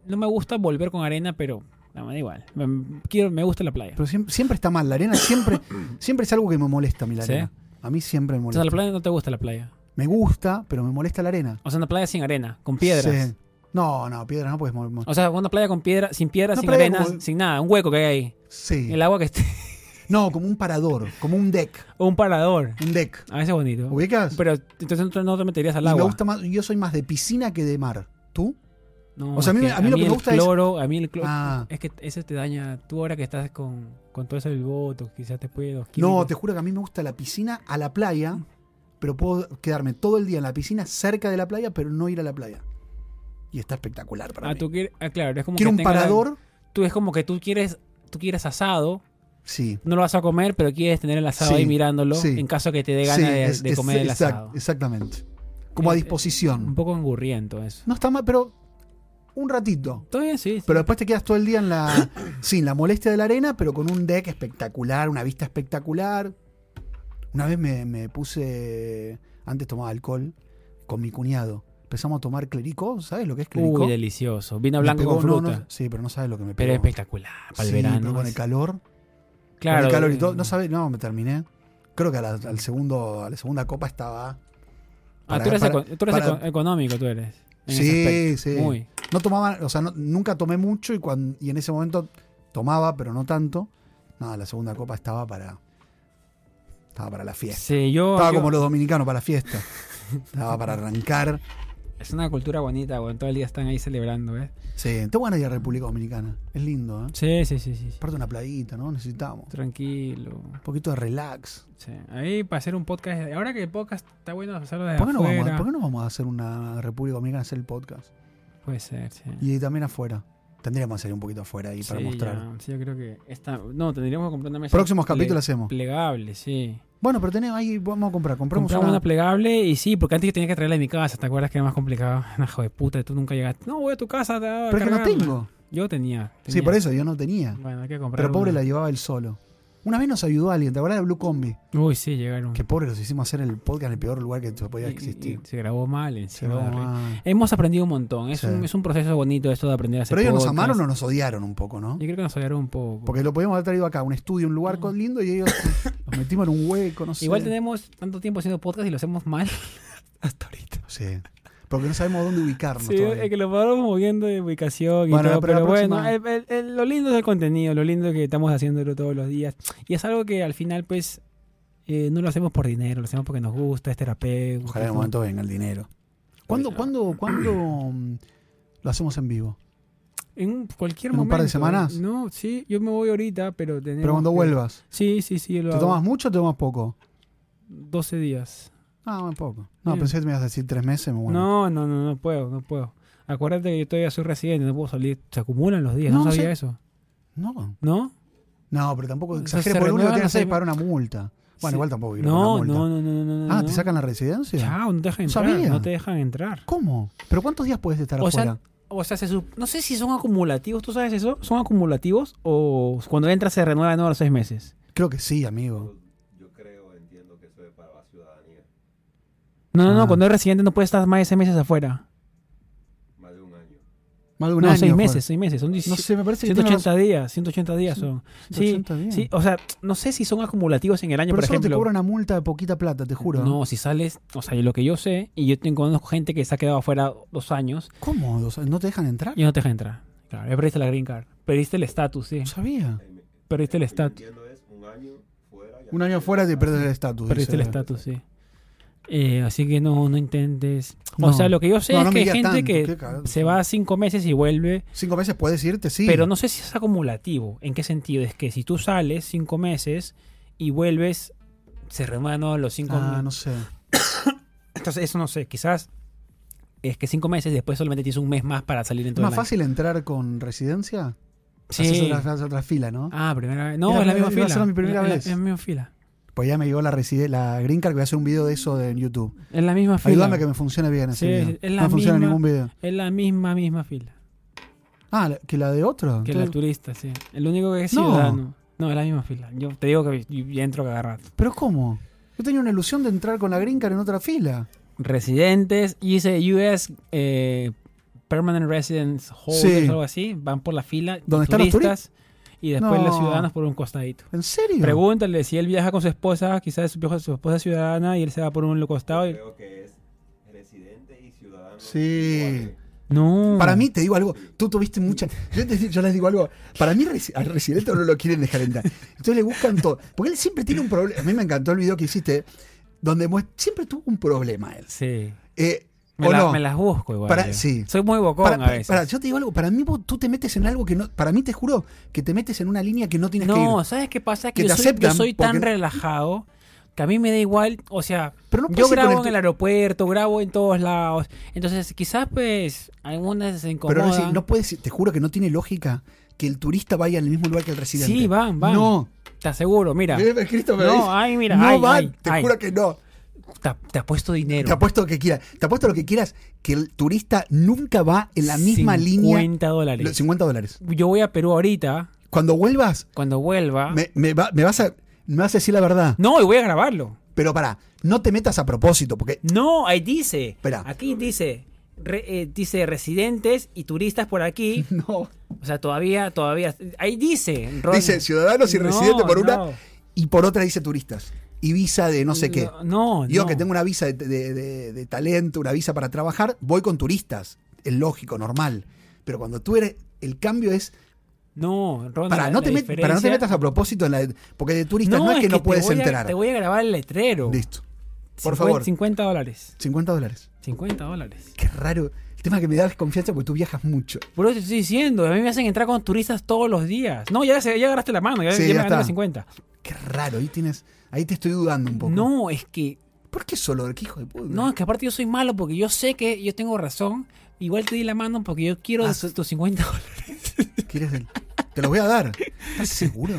Speaker 1: no me gusta volver con arena, pero no, me da igual. Me, quiero, me gusta la playa.
Speaker 2: Pero siempre, siempre está mal. La arena siempre, siempre es algo que me molesta a mí la
Speaker 1: ¿Sí?
Speaker 2: arena. A mí siempre me
Speaker 1: O
Speaker 2: molesta.
Speaker 1: sea, la playa no te gusta la playa.
Speaker 2: Me gusta, pero me molesta la arena.
Speaker 1: O sea, una playa sin arena, con piedras.
Speaker 2: Sí. No, no, piedras no puedes mover.
Speaker 1: O sea, una playa con piedra, sin piedras,
Speaker 2: Una
Speaker 1: sin
Speaker 2: playa
Speaker 1: arena,
Speaker 2: como-
Speaker 1: sin nada. Un hueco que hay ahí.
Speaker 2: Sí.
Speaker 1: El agua que esté.
Speaker 2: No, como un parador, como un deck.
Speaker 1: o un parador.
Speaker 2: Un deck.
Speaker 1: A veces bonito.
Speaker 2: ¿Ubicas?
Speaker 1: Pero entonces no te- no te meterías al
Speaker 2: Y
Speaker 1: agua.
Speaker 2: me gusta más, yo soy más de piscina que de mar. ¿Tú?
Speaker 1: No,
Speaker 2: O sea, a mí
Speaker 1: es
Speaker 2: me- a mí lo que me
Speaker 1: el
Speaker 2: gusta es-
Speaker 1: cloro, A mí el cloro.
Speaker 2: Ah.
Speaker 1: Es que eso te daña. Tú ahora que estás con, con todo eso del voto, quizás te puede. los
Speaker 2: No,
Speaker 1: químicos.
Speaker 2: te juro que a mí me gusta la piscina a la playa, pero puedo quedarme todo el día en la piscina, cerca de la playa, pero no ir a la playa. Y está espectacular para
Speaker 1: Ah,
Speaker 2: mí.
Speaker 1: tú quieres. ah, claro, es como
Speaker 2: Quiero
Speaker 1: que
Speaker 2: un
Speaker 1: tengas la-
Speaker 2: parador,
Speaker 1: tú es como que tú quieres. Tú quieres asado,
Speaker 2: sí.
Speaker 1: no lo vas a comer, pero quieres tener el asado
Speaker 2: Sí,
Speaker 1: ahí mirándolo
Speaker 2: sí.
Speaker 1: en caso que te dé ganas
Speaker 2: Sí,
Speaker 1: de,
Speaker 2: es-
Speaker 1: de
Speaker 2: es-
Speaker 1: comer el
Speaker 2: exact-
Speaker 1: asado.
Speaker 2: Exactamente. Como a
Speaker 1: Eh, eh,
Speaker 2: disposición.
Speaker 1: Un poco engurriento eso.
Speaker 2: No está mal, pero un ratito.
Speaker 1: Está bien, sí. sí.
Speaker 2: Pero después te quedas todo el día en la. sin la molestia de la arena, pero con un deck espectacular, una vista espectacular. Una vez me, me puse. Antes tomaba alcohol con mi cuñado. Empezamos a tomar clericó, ¿sabes lo que es clericó?
Speaker 1: Uy, delicioso. Vino
Speaker 2: Me
Speaker 1: blanco
Speaker 2: pegó-
Speaker 1: con
Speaker 2: no,
Speaker 1: fruta.
Speaker 2: no, sí, pero no sabes lo que me
Speaker 1: pero
Speaker 2: pegó.
Speaker 1: espectacular. Para el
Speaker 2: Sí,
Speaker 1: verano.
Speaker 2: pero con el
Speaker 1: es-
Speaker 2: calor.
Speaker 1: claro.
Speaker 2: Con el calor y
Speaker 1: eh,
Speaker 2: todo. No sabes, no, me terminé. Creo que a la, al segundo, a la segunda copa estaba.
Speaker 1: Ah,
Speaker 2: para-
Speaker 1: tú eres,
Speaker 2: para-
Speaker 1: eco- tú eres
Speaker 2: para-
Speaker 1: eco- económico, tú eres. en ese
Speaker 2: Sí,
Speaker 1: aspecto.
Speaker 2: sí.
Speaker 1: Muy.
Speaker 2: No tomaba, o sea, no- nunca tomé mucho y, cuan- y en ese momento tomaba, pero no tanto. Nada, la segunda copa estaba para. Estaba para la fiesta.
Speaker 1: Sí, yo,
Speaker 2: Estaba
Speaker 1: Oh, yo-
Speaker 2: como los dominicanos para la fiesta. Estaba para arrancar.
Speaker 1: Es una cultura bonita, güey. Todo el día están ahí celebrando, ¿eh?
Speaker 2: Sí, te van a ir a República Dominicana. Es lindo, ¿eh?
Speaker 1: Sí, sí, sí, sí. sí.
Speaker 2: Aparte una playita, ¿no? Necesitamos.
Speaker 1: Tranquilo.
Speaker 2: Un poquito de relax.
Speaker 1: Sí. Ahí para hacer un podcast. Ahora que el podcast está bueno hacerlo de
Speaker 2: ¿Por qué, no vamos, a-
Speaker 1: afuera.
Speaker 2: por qué no vamos a hacer una República Dominicana a hacer el podcast?
Speaker 1: Puede ser, sí.
Speaker 2: Y también afuera. Tendríamos que hacer un poquito afuera ahí para
Speaker 1: Sí,
Speaker 2: mostrar.
Speaker 1: ya. Sí, yo creo que está. No, tendríamos que comprar una mesa.
Speaker 2: Próximos
Speaker 1: ple-
Speaker 2: capítulos hacemos.
Speaker 1: Plegable, sí.
Speaker 2: Bueno, pero tenemos ahí, vamos a comprar. Compramos,
Speaker 1: Compramos una... plegable y sí, porque antes yo tenía que traerla de mi casa. ¿Te acuerdas que era más complicado? Una hijo de puta, tú nunca llegaste. No, voy a tu casa. Te voy a
Speaker 2: Pero es que no
Speaker 1: cargarla.
Speaker 2: tengo.
Speaker 1: Yo tenía,
Speaker 2: Sí,
Speaker 1: tenía.
Speaker 2: por eso yo no tenía.
Speaker 1: Bueno, hay que comprar.
Speaker 2: Pero pobre
Speaker 1: una.
Speaker 2: la llevaba él solo. Una vez nos ayudó alguien, ¿te acuerdas de Blue Combi?
Speaker 1: Uy, sí, llegaron.
Speaker 2: Que pobre, los hicimos hacer el podcast en el peor lugar que podía
Speaker 1: Y- y-
Speaker 2: existir.
Speaker 1: y se grabó mal
Speaker 2: Se
Speaker 1: encima.
Speaker 2: lo-
Speaker 1: de arriba.
Speaker 2: ah.
Speaker 1: Hemos aprendido un montón. Es,
Speaker 2: Sí.
Speaker 1: un, es un proceso bonito esto de aprender a hacer
Speaker 2: Pero ellos nos
Speaker 1: podcast.
Speaker 2: amaron o nos odiaron un poco, ¿no?
Speaker 1: Yo creo que nos odiaron un poco.
Speaker 2: Porque lo podíamos haber traído acá, un estudio, un lugar con- lindo, y ellos nos metimos en un hueco, no sé.
Speaker 1: Mm. Igual tenemos tanto tiempo haciendo podcast y lo hacemos mal hasta ahorita.
Speaker 2: Sí. Porque no sabemos dónde ubicarnos
Speaker 1: Sí,
Speaker 2: todavía.
Speaker 1: es que lo vamos moviendo de ubicación y
Speaker 2: Bueno,
Speaker 1: todo,
Speaker 2: pero
Speaker 1: pero,
Speaker 2: la
Speaker 1: bueno,
Speaker 2: próxima-
Speaker 1: el- el- el- lo lindo es el contenido, lo lindo es que estamos haciéndolo todos los días. Y es algo que al final, pues, eh, no lo hacemos por dinero, lo hacemos porque nos gusta, es terapeuta. es
Speaker 2: Ojalá en el
Speaker 1: un-
Speaker 2: momento venga el dinero. ¿Cuándo,
Speaker 1: Ojalá.
Speaker 2: cuándo, cuándo mm, lo hacemos en vivo?
Speaker 1: En un- cualquier
Speaker 2: ¿En
Speaker 1: momento. ¿eh?
Speaker 2: un par de semanas?
Speaker 1: No, sí, yo me voy ahorita, pero tenemos.
Speaker 2: Pero cuando
Speaker 1: que-
Speaker 2: vuelvas,
Speaker 1: Sí, sí, sí, lo
Speaker 2: ¿te
Speaker 1: hago.
Speaker 2: tomas mucho o te tomas poco?
Speaker 1: 12 días.
Speaker 2: Ah, muy poco. No,
Speaker 1: Bien.
Speaker 2: pensé que me ibas a decir tres meses, muy bueno.
Speaker 1: No, no, no, no puedo, no puedo. Acuérdate que yo todavía soy residente, no puedo salir. Se acumulan los días, no,
Speaker 2: No,
Speaker 1: sabía
Speaker 2: sí.
Speaker 1: eso.
Speaker 2: No,
Speaker 1: ¿no?
Speaker 2: no pero tampoco
Speaker 1: O sea,
Speaker 2: exageres,
Speaker 1: se
Speaker 2: porque lo único que
Speaker 1: renuevan
Speaker 2: tienes que hacer es
Speaker 1: los
Speaker 2: pagar una multa. Bueno,
Speaker 1: pues. Sí.
Speaker 2: igual tampoco quiero
Speaker 1: No,
Speaker 2: pagar
Speaker 1: no,
Speaker 2: multa.
Speaker 1: no, no, no, no.
Speaker 2: Ah,
Speaker 1: no.
Speaker 2: ¿te sacan la residencia?
Speaker 1: Chao, no te dejan
Speaker 2: No
Speaker 1: entrar.
Speaker 2: sabía.
Speaker 1: No te dejan entrar.
Speaker 2: ¿Cómo? ¿Pero cuántos días puedes estar
Speaker 1: O sea,
Speaker 2: afuera?
Speaker 1: O sea, se sup- no sé si son acumulativos, ¿tú sabes eso? ¿Son acumulativos o cuando entra se renueva de nuevo a los seis meses?
Speaker 2: Creo que sí, amigo.
Speaker 3: Yo creo, entiendo que eso es para la ciudadanía.
Speaker 1: No, no,
Speaker 2: Ah.
Speaker 1: no, cuando es residente no puede estar más de seis meses afuera.
Speaker 3: Más de un año.
Speaker 2: Más de un
Speaker 1: No,
Speaker 2: año
Speaker 1: seis
Speaker 2: fue.
Speaker 1: meses, seis meses, son
Speaker 2: No
Speaker 1: 17
Speaker 2: sé, me parece que tiene
Speaker 1: 180 días, 180 días son.
Speaker 2: unos
Speaker 1: Sí,
Speaker 2: 180 días.
Speaker 1: sí, o sea, no sé si son acumulativos en el año,
Speaker 2: Pero
Speaker 1: por
Speaker 2: solo te
Speaker 1: ejemplo.
Speaker 2: cobra una multa de poquita plata, te juro.
Speaker 1: No, si sales, o sea, lo que yo sé, y yo tengo conozco gente que se ha quedado afuera dos años
Speaker 2: ¿Cómo? O sea, ¿No te dejan entrar?
Speaker 1: y no te dejan entrar. Claro, ya perdiste la green card, perdiste el estatus, sí,
Speaker 2: No sabía.
Speaker 3: Eh, me-
Speaker 1: perdiste el
Speaker 3: lo que yo
Speaker 1: estatus.
Speaker 3: entiendo es un año fuera. y
Speaker 2: Un
Speaker 3: hasta
Speaker 2: año
Speaker 3: que
Speaker 2: fuera te
Speaker 3: pase.
Speaker 2: pierdes el estatus.
Speaker 1: Perdiste el
Speaker 2: dice.
Speaker 1: estatus, sí. Eh, así que no, no intentes. O
Speaker 2: No.
Speaker 1: sea, lo que yo sé
Speaker 2: No,
Speaker 1: es
Speaker 2: no me
Speaker 1: que hay gente
Speaker 2: digas tanto, qué
Speaker 1: que
Speaker 2: cagado.
Speaker 1: se va cinco meses y vuelve,
Speaker 2: Cinco meses puedes irte, sí.
Speaker 1: pero no sé si es acumulativo. ¿En qué sentido? Es que si tú sales cinco meses y vuelves, se renuevan ¿no? los cinco
Speaker 2: Ah, no sé.
Speaker 1: Entonces, eso no sé, quizás es que cinco meses después solamente tienes un mes más para salir en
Speaker 2: ¿Es
Speaker 1: todo
Speaker 2: más
Speaker 1: el año.
Speaker 2: fácil entrar con residencia? Haces
Speaker 1: Sí.
Speaker 2: otra, haces otra fila, ¿no?
Speaker 1: Ah, primera vez. No,
Speaker 2: Era-
Speaker 1: es la misma
Speaker 2: iba a
Speaker 1: fila.
Speaker 2: ser mi primera
Speaker 1: Es la-
Speaker 2: vez.
Speaker 1: Es la misma fila.
Speaker 2: Pues ya me llegó la, reside- la Green Card, que voy a hacer un video de eso en YouTube.
Speaker 1: Es la misma fila.
Speaker 2: Ayúdame a que me funcione bien ese
Speaker 1: Sí,
Speaker 2: video.
Speaker 1: es
Speaker 2: no
Speaker 1: la
Speaker 2: me funciona
Speaker 1: misma-
Speaker 2: ningún video.
Speaker 1: Es la misma, misma fila.
Speaker 2: Ah, la- que la de otro.
Speaker 1: Que la
Speaker 2: Entonces-
Speaker 1: turista, sí. El único que es
Speaker 2: No.
Speaker 1: ciudadano. No, es la misma fila. Yo te digo que yo ya entro cada rato.
Speaker 2: ¿Pero cómo? Yo tenía una ilusión de entrar con la Green Card en otra fila.
Speaker 1: Residentes, dice US eh, Permanent Residence Holders
Speaker 2: Sí.
Speaker 1: o algo así, van por la fila.
Speaker 2: ¿Dónde están los
Speaker 1: turistas? Y después
Speaker 2: No.
Speaker 1: los ciudadanos por un costadito.
Speaker 2: ¿En serio?
Speaker 1: Pregúntale si él viaja con su esposa, quizás su, su esposa es ciudadana y él se va por un costado. y-
Speaker 3: Creo que es residente y ciudadano.
Speaker 2: Sí.
Speaker 3: igual.
Speaker 1: No.
Speaker 2: Para mí, te digo algo, tú tuviste mucha... Yo, te- yo les digo algo, para mí resi- al residente no lo quieren dejar entrar. Entonces le buscan todo. Porque él siempre tiene un problema. A mí me encantó el video que hiciste, donde muest- siempre tuvo un problema él.
Speaker 1: Sí.
Speaker 2: Eh,
Speaker 1: Me,
Speaker 2: ¿O
Speaker 1: la-
Speaker 2: no?
Speaker 1: me las busco igual.
Speaker 2: Para-
Speaker 1: yo.
Speaker 2: sí.
Speaker 1: Soy muy bocón
Speaker 2: Para,
Speaker 1: a
Speaker 2: para-
Speaker 1: veces.
Speaker 2: para, yo te digo algo, para mí vos- tú te metes en algo que no... Para mí te juro que te metes en una línea que no tienes que ir.
Speaker 1: no, ¿sabes qué pasa? Que,
Speaker 2: Que
Speaker 1: yo,
Speaker 2: te
Speaker 1: soy, yo
Speaker 2: aceptan,
Speaker 1: soy tan
Speaker 2: porque-
Speaker 1: relajado que a mí me da igual. O sea,
Speaker 2: Pero no
Speaker 1: yo
Speaker 2: puedes ir con
Speaker 1: grabo
Speaker 2: el
Speaker 1: en
Speaker 2: tu-
Speaker 1: el aeropuerto, grabo en todos lados. Entonces, quizás pues algunas se
Speaker 2: Pero
Speaker 1: incomodan.
Speaker 2: no, es- no puedes, te juro que no tiene lógica que el turista vaya al mismo lugar que el residente.
Speaker 1: Sí, van, van.
Speaker 2: No,
Speaker 1: Te aseguro, mira.
Speaker 2: Eh, Cristo me
Speaker 1: No,
Speaker 2: dice,
Speaker 1: ay, mira,
Speaker 2: no
Speaker 1: ay,
Speaker 2: van,
Speaker 1: ay,
Speaker 2: te
Speaker 1: ay.
Speaker 2: juro que no.
Speaker 1: Te, te apuesto dinero.
Speaker 2: Te apuesto lo que quieras, te apuesto lo que quieras, que el turista nunca va en la misma
Speaker 1: 50
Speaker 2: línea.
Speaker 1: dólares.
Speaker 2: Los 50 dólares.
Speaker 1: Yo voy a Perú ahorita,
Speaker 2: Cuando vuelvas,
Speaker 1: cuando vuelva.
Speaker 2: me, me va- me vas a, me vas a decir la verdad.
Speaker 1: Ah. No, y voy a grabarlo.
Speaker 2: Pero pará, no te metas a propósito, porque
Speaker 1: No, ahí dice.
Speaker 2: Espera.
Speaker 1: Aquí dice. re- eh, dice residentes y turistas por aquí.
Speaker 2: no.
Speaker 1: O sea, todavía, todavía. Ahí dice. Ron-
Speaker 2: Dice ciudadanos y
Speaker 1: No,
Speaker 2: residentes por una
Speaker 1: no.
Speaker 2: y por otra dice turistas. Y visa de no sé qué.
Speaker 1: No,
Speaker 2: Yo
Speaker 1: no.
Speaker 2: que tengo una visa de, de- de- de talento, una visa para trabajar, voy con turistas. Es lógico, normal. Pero cuando tú eres, el cambio es
Speaker 1: No, Ron,
Speaker 2: para
Speaker 1: la-
Speaker 2: no, te
Speaker 1: la
Speaker 2: met- para no te
Speaker 1: diferencia-
Speaker 2: metas a propósito en la de- porque de turistas no, es que, no
Speaker 1: te
Speaker 2: puedes
Speaker 1: voy a-
Speaker 2: entrar.
Speaker 1: te voy a grabar el letrero.
Speaker 2: Listo. Por
Speaker 1: Cincuen-
Speaker 2: favor.
Speaker 1: 50 dólares.
Speaker 2: 50 dólares.
Speaker 1: 50 dólares.
Speaker 2: Qué raro. El tema es que me da desconfianza porque tú viajas mucho.
Speaker 1: Por eso te estoy diciendo, a mí me hacen entrar con turistas todos los días. No, ya, se- ya agarraste la mano, ya,
Speaker 2: Sí,
Speaker 1: ya
Speaker 2: ya
Speaker 1: me ganaste
Speaker 2: está.
Speaker 1: los 50.
Speaker 2: Qué raro. Ahí tienes, ahí te estoy dudando un poco.
Speaker 1: No, es que
Speaker 2: ¿Por qué solo? ¿Qué hijo de puta?
Speaker 1: no, es que aparte yo soy malo porque yo sé que yo tengo razón. Igual te di la mano porque yo quiero
Speaker 2: Ah,
Speaker 1: tus- tus 50 dólares.
Speaker 2: ¿Quieres el- Te los voy a dar. ¿Estás seguro?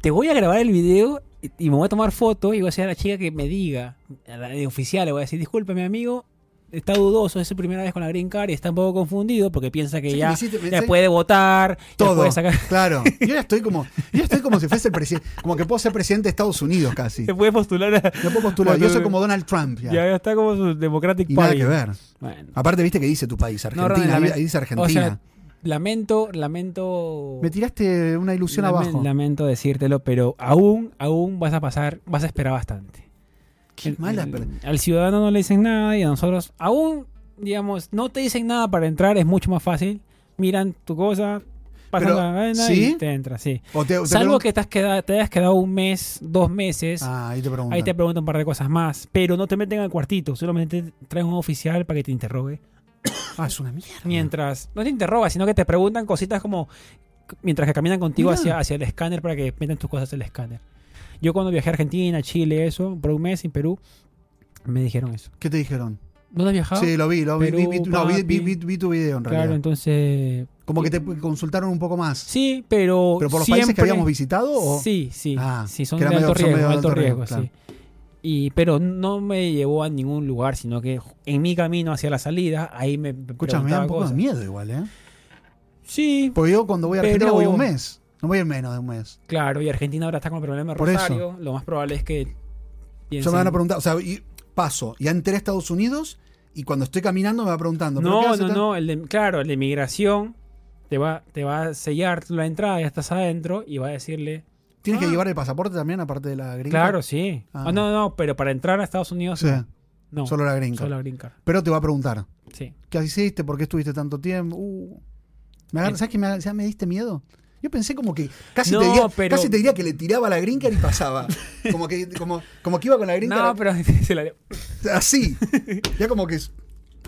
Speaker 1: Te voy a grabar el video y, y me voy a tomar foto y voy a decir a la chica que me diga, a la de oficial, le voy a decir, disculpe mi amigo, está dudoso, es su primera vez con la Green Card y está un poco confundido porque piensa que
Speaker 2: Sí,
Speaker 1: ya,
Speaker 2: me hiciste- me
Speaker 1: ya
Speaker 2: hice-
Speaker 1: puede votar, ya
Speaker 2: Todo.
Speaker 1: puede sacar...
Speaker 2: Claro. Yo ya estoy como, yo ya estoy como si fuese el presidente, como que puedo ser presidente de Estados Unidos casi.
Speaker 1: Se puede postular a-
Speaker 2: Yo puedo postular.
Speaker 1: Bueno,
Speaker 2: Yo soy como Donald Trump ya.
Speaker 1: Ya, ya está como su Democratic
Speaker 2: Y nada
Speaker 1: Party.
Speaker 2: que ver.
Speaker 1: Bueno.
Speaker 2: Aparte, viste que dice tu país,
Speaker 1: No, Ronald,
Speaker 2: Argentina. ahí-
Speaker 1: lament-
Speaker 2: ahí dice Argentina.
Speaker 1: O sea, lamento, lamento.
Speaker 2: me tiraste una ilusión
Speaker 1: lamen-
Speaker 2: abajo.
Speaker 1: Lamento decírtelo, pero aún, aún vas a pasar, vas a esperar bastante.
Speaker 2: Qué
Speaker 1: El-
Speaker 2: mala,
Speaker 1: el-
Speaker 2: pero-
Speaker 1: Al ciudadano no le dicen nada y a nosotros, aún, digamos, no te dicen nada para entrar, es mucho más fácil. Miran tu cosa, pasan
Speaker 2: Pero,
Speaker 1: la cadena
Speaker 2: ¿sí?
Speaker 1: y te entras, sí.
Speaker 2: O te- o te
Speaker 1: Salvo
Speaker 2: pregun-
Speaker 1: que te has quedado, te hayas quedado un mes, dos meses.
Speaker 2: Ah, ahí te preguntan.
Speaker 1: Ahí te preguntan un par de cosas más, pero no te meten al cuartito, solamente te traen un oficial para que te interrogue.
Speaker 2: Ah, es una mierda.
Speaker 1: Mientras, no te interroga, sino que te preguntan cositas como mientras que caminan contigo
Speaker 2: Mirá.
Speaker 1: hacia, hacia el escáner para que metan tus cosas en el escáner. Yo cuando viajé a Argentina, Chile, eso, por un mes en Perú, me dijeron eso.
Speaker 2: ¿Qué te dijeron?
Speaker 1: ¿No has viajado?
Speaker 2: Sí, lo vi, lo vi.
Speaker 1: Perú,
Speaker 2: vi, vi- no, vi, vi-
Speaker 1: ¿Ah? papi.
Speaker 2: vi- vi tu video en
Speaker 1: claro,
Speaker 2: realidad.
Speaker 1: entonces.
Speaker 2: Como que te consultaron un poco más.
Speaker 1: Sí, pero.
Speaker 2: ¿Pero por los
Speaker 1: siempre-
Speaker 2: países que habíamos visitado? O?
Speaker 1: Sí, sí.
Speaker 2: Ah,
Speaker 1: sí, son
Speaker 2: que
Speaker 1: de
Speaker 2: era medio-
Speaker 1: alto
Speaker 2: son
Speaker 1: riesgo,
Speaker 2: medio de
Speaker 1: alto
Speaker 2: alto
Speaker 1: riesgo,
Speaker 2: riesgo,
Speaker 1: sí. Y, pero no me llevó a ningún lugar, sino que en mi camino hacia la salida, ahí me
Speaker 2: Escúchame, me da
Speaker 1: preguntaba
Speaker 2: un poco de
Speaker 1: cosas.
Speaker 2: miedo igual, ¿eh?
Speaker 1: Sí,
Speaker 2: Porque yo cuando voy a Argentina
Speaker 1: Pero-
Speaker 2: voy un mes. No voy a ir menos de un mes.
Speaker 1: claro, y Argentina ahora está con el problema de
Speaker 2: Por eso.
Speaker 1: Rosario. Lo más probable es que
Speaker 2: Yo
Speaker 1: piensen-
Speaker 2: me van a preguntar, o sea, y paso, ya entré a Estados Unidos y cuando estoy caminando me va preguntando. ¿pero qué
Speaker 1: No,
Speaker 2: hace
Speaker 1: no,
Speaker 2: tan-
Speaker 1: no. El de- claro, el de migración te va, te va a sellar la entrada, ya estás adentro y va a decirle,
Speaker 2: ¿Tienes
Speaker 1: Ah.
Speaker 2: que llevar el pasaporte también, aparte de la gringa?
Speaker 1: claro, sí.
Speaker 2: Ah.
Speaker 1: Ah, no, no, pero para entrar a Estados Unidos,
Speaker 2: Sí,
Speaker 1: no.
Speaker 2: solo la gringa.
Speaker 1: Solo green card,
Speaker 2: Pero te va a preguntar,
Speaker 1: Sí.
Speaker 2: ¿qué hiciste? ¿Por qué estuviste tanto tiempo? Uh. Me agar-
Speaker 1: Eh.
Speaker 2: ¿Sabes que me, ya me diste miedo? Yo pensé como que casi,
Speaker 1: No,
Speaker 2: te, diría,
Speaker 1: pero-
Speaker 2: casi te diría que le tiraba a la gringa y pasaba. Como que, como, como que iba con la gringa
Speaker 1: No, pero se la-
Speaker 2: así. Ya como que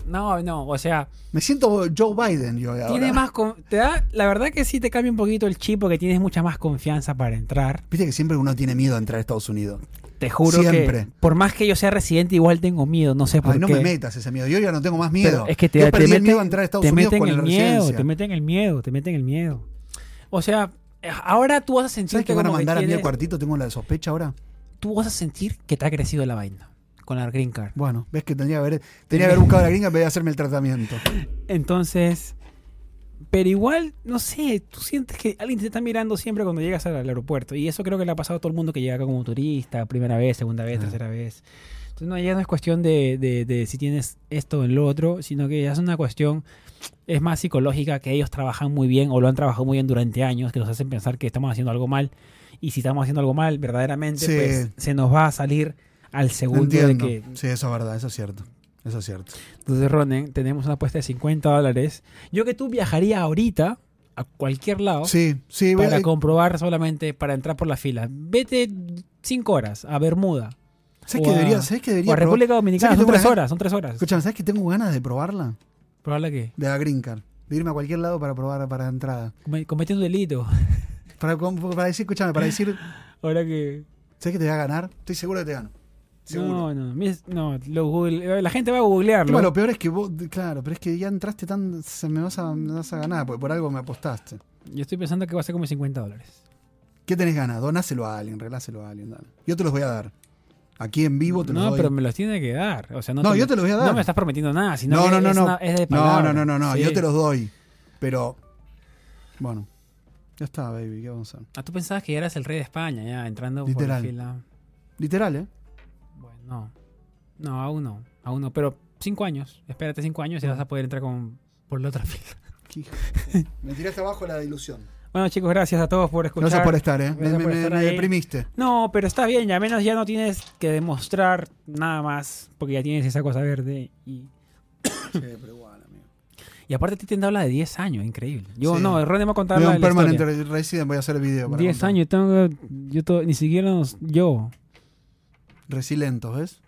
Speaker 1: no, no, o sea,
Speaker 2: me siento Joe Biden yo ahora.
Speaker 1: tiene más con- te da la verdad que sí te cambia un poquito el chip porque tienes mucha más confianza para entrar.
Speaker 2: Viste que siempre uno tiene miedo a entrar a Estados Unidos.
Speaker 1: Te juro
Speaker 2: Siempre.
Speaker 1: que por más que yo sea residente igual tengo miedo, no sé por
Speaker 2: Ay, no
Speaker 1: qué.
Speaker 2: me metas ese miedo. Yo ya no tengo más
Speaker 1: Pero
Speaker 2: miedo.
Speaker 1: es que te,
Speaker 2: Yo
Speaker 1: te
Speaker 2: perdí el
Speaker 1: meten,
Speaker 2: miedo a entrar a Estados
Speaker 1: te
Speaker 2: Unidos
Speaker 1: meten
Speaker 2: con
Speaker 1: el
Speaker 2: la
Speaker 1: miedo,
Speaker 2: residencia.
Speaker 1: te meten el miedo, te meten el miedo. O sea, eh, ahora tú vas a sentir
Speaker 2: ¿Sabes que van a
Speaker 1: como
Speaker 2: mandar a mí al
Speaker 1: tienes-
Speaker 2: cuartito? Tengo la sospecha ahora.
Speaker 1: tú vas a sentir que te ha crecido la vaina con la green card.
Speaker 2: Bueno, ves que tenía que haber, tenía que haber buscado a la gringa en vez de hacerme el tratamiento.
Speaker 1: Entonces, pero igual, no sé, tú sientes que alguien te está mirando siempre cuando llegas al, al aeropuerto. Y eso creo que le ha pasado a todo el mundo que llega acá como turista, primera vez, segunda vez,
Speaker 2: Ah.
Speaker 1: tercera vez. Entonces, no, ya no es cuestión de, de- de si tienes esto o lo otro, sino que ya es una cuestión, es más psicológica, que ellos trabajan muy bien o lo han trabajado muy bien durante años, que nos hacen pensar que estamos haciendo algo mal. Y si estamos haciendo algo mal, verdaderamente,
Speaker 2: Sí.
Speaker 1: pues se nos va a salir al segundo de
Speaker 2: Entiendo.
Speaker 1: que
Speaker 2: Sí, eso es verdad, eso es cierto. Eso es cierto.
Speaker 1: entonces, Ronen, tenemos una apuesta de 50 dólares. Yo que tú viajaría ahorita a cualquier lado
Speaker 2: Sí, eh, sí,
Speaker 1: para
Speaker 2: voy-
Speaker 1: comprobar solamente para entrar por la fila. Vete 5 horas a Bermuda
Speaker 2: ¿sabes que
Speaker 1: o a-
Speaker 2: debería? ¿Sabes que
Speaker 1: o
Speaker 2: debería?
Speaker 1: a
Speaker 2: probar?
Speaker 1: República Dominicana.
Speaker 2: ¿Sabes que
Speaker 1: Son
Speaker 2: tengo
Speaker 1: 3
Speaker 2: una-
Speaker 1: horas, son 3 horas.
Speaker 2: Escúchame, ¿sabes que tengo ganas de probarla?
Speaker 1: ¿Probarla qué?
Speaker 2: De la green card. De irme a cualquier lado para probar para entrada.
Speaker 1: Come- Cometí un delito.
Speaker 2: Para, com- para decir, escúchame, para decir,
Speaker 1: Ahora que...
Speaker 2: ¿sabes que te voy a ganar? Estoy seguro que te gano. Seguro.
Speaker 1: No, no, mis- no, lo google- eh, la gente va a googlearlo.
Speaker 2: Bueno, lo peor es que vos, claro, pero es que ya entraste tan. Se me, vas a, me vas a ganar, porque por algo me apostaste.
Speaker 1: Yo estoy pensando que va a ser como 50 dólares.
Speaker 2: ¿Qué tenés ganas? Donáselo a alguien, reláselo a alguien. dale. Yo te los voy a dar. Aquí en vivo te los
Speaker 1: No,
Speaker 2: doy.
Speaker 1: pero me los tiene que dar. O sea, no,
Speaker 2: No,
Speaker 1: te-
Speaker 2: yo te los voy a dar.
Speaker 1: No me estás prometiendo nada, sino
Speaker 2: No,
Speaker 1: que
Speaker 2: no, no,
Speaker 1: es,
Speaker 2: no.
Speaker 1: una- es de
Speaker 2: no,
Speaker 1: palabra.
Speaker 2: no, no, no, no,
Speaker 1: Sí.
Speaker 2: yo te los doy. Pero. Bueno. Ya está, baby, ¿qué vamos a hacer?
Speaker 1: Ah, tú pensabas que ya eras el rey de España, ya entrando por la
Speaker 2: Literal.
Speaker 1: fila.
Speaker 2: Literal, ¿eh?
Speaker 1: Bueno, no. No, aún no. Aún no. Pero cinco años. Espérate cinco años y vas a poder entrar con, por la otra fila.
Speaker 2: Qué hijo. me tiraste abajo la ilusión.
Speaker 1: Bueno, chicos, gracias a todos por escuchar.
Speaker 2: Gracias por estar, ¿eh? Me,
Speaker 1: Gracias
Speaker 2: me-
Speaker 1: por
Speaker 2: me-
Speaker 1: estar
Speaker 2: me
Speaker 1: ahí.
Speaker 2: deprimiste.
Speaker 1: No, pero está bien. Ya menos ya no tienes que demostrar nada más. Porque ya tienes esa cosa verde. Y,
Speaker 2: Sí, pero igual, amigo.
Speaker 1: y aparte a ti te han dado la de 10 años. Increíble. Yo
Speaker 2: Sí.
Speaker 1: no, Ron me va a contar
Speaker 2: Me
Speaker 1: la,
Speaker 2: un
Speaker 1: la
Speaker 2: permanente
Speaker 1: historia.
Speaker 2: resident, voy a hacer el video. para
Speaker 1: 10
Speaker 2: contar.
Speaker 1: años. Tengo, yo to- ni siquiera nos- yo.
Speaker 2: Resilentos, ¿ves?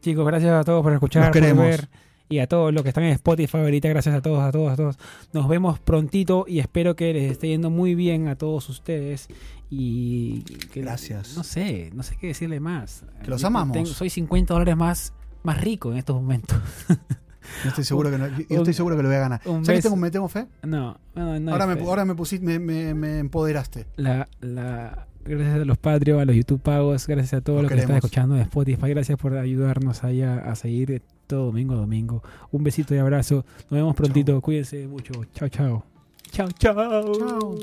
Speaker 1: Chicos, gracias a todos por escuchar,
Speaker 2: Los
Speaker 1: por
Speaker 2: queremos.
Speaker 1: ver. Y a todos los que están en Spotify ahorita, gracias a todos, a todos, a todos. Nos vemos prontito y espero que les esté yendo muy bien a todos ustedes. Y que-
Speaker 2: Gracias.
Speaker 1: No sé, no sé qué decirle más.
Speaker 2: Que los
Speaker 1: Yo
Speaker 2: amamos.
Speaker 1: soy 50 dólares más, más rico en estos momentos.
Speaker 2: Yo estoy seguro, que, no- yo
Speaker 1: un-
Speaker 2: estoy seguro que lo voy a ganar.
Speaker 1: un
Speaker 2: ¿Sabes que
Speaker 1: beso.
Speaker 2: tengo, me tengo fe?
Speaker 1: No, no, no.
Speaker 2: ahora, me,
Speaker 1: este,
Speaker 2: ahora me pusiste, me, me- me empoderaste.
Speaker 1: la, la- gracias a los Patreon, a los YouTube pagos, gracias a todos
Speaker 2: Los
Speaker 1: los que están
Speaker 2: queremos.
Speaker 1: escuchando en Spotify, gracias por ayudarnos ahí a, a seguir todo domingo a domingo. Un besito y abrazo. Nos vemos prontito. Cuídense mucho. Chao, chao. Chao, chao.
Speaker 2: Chao.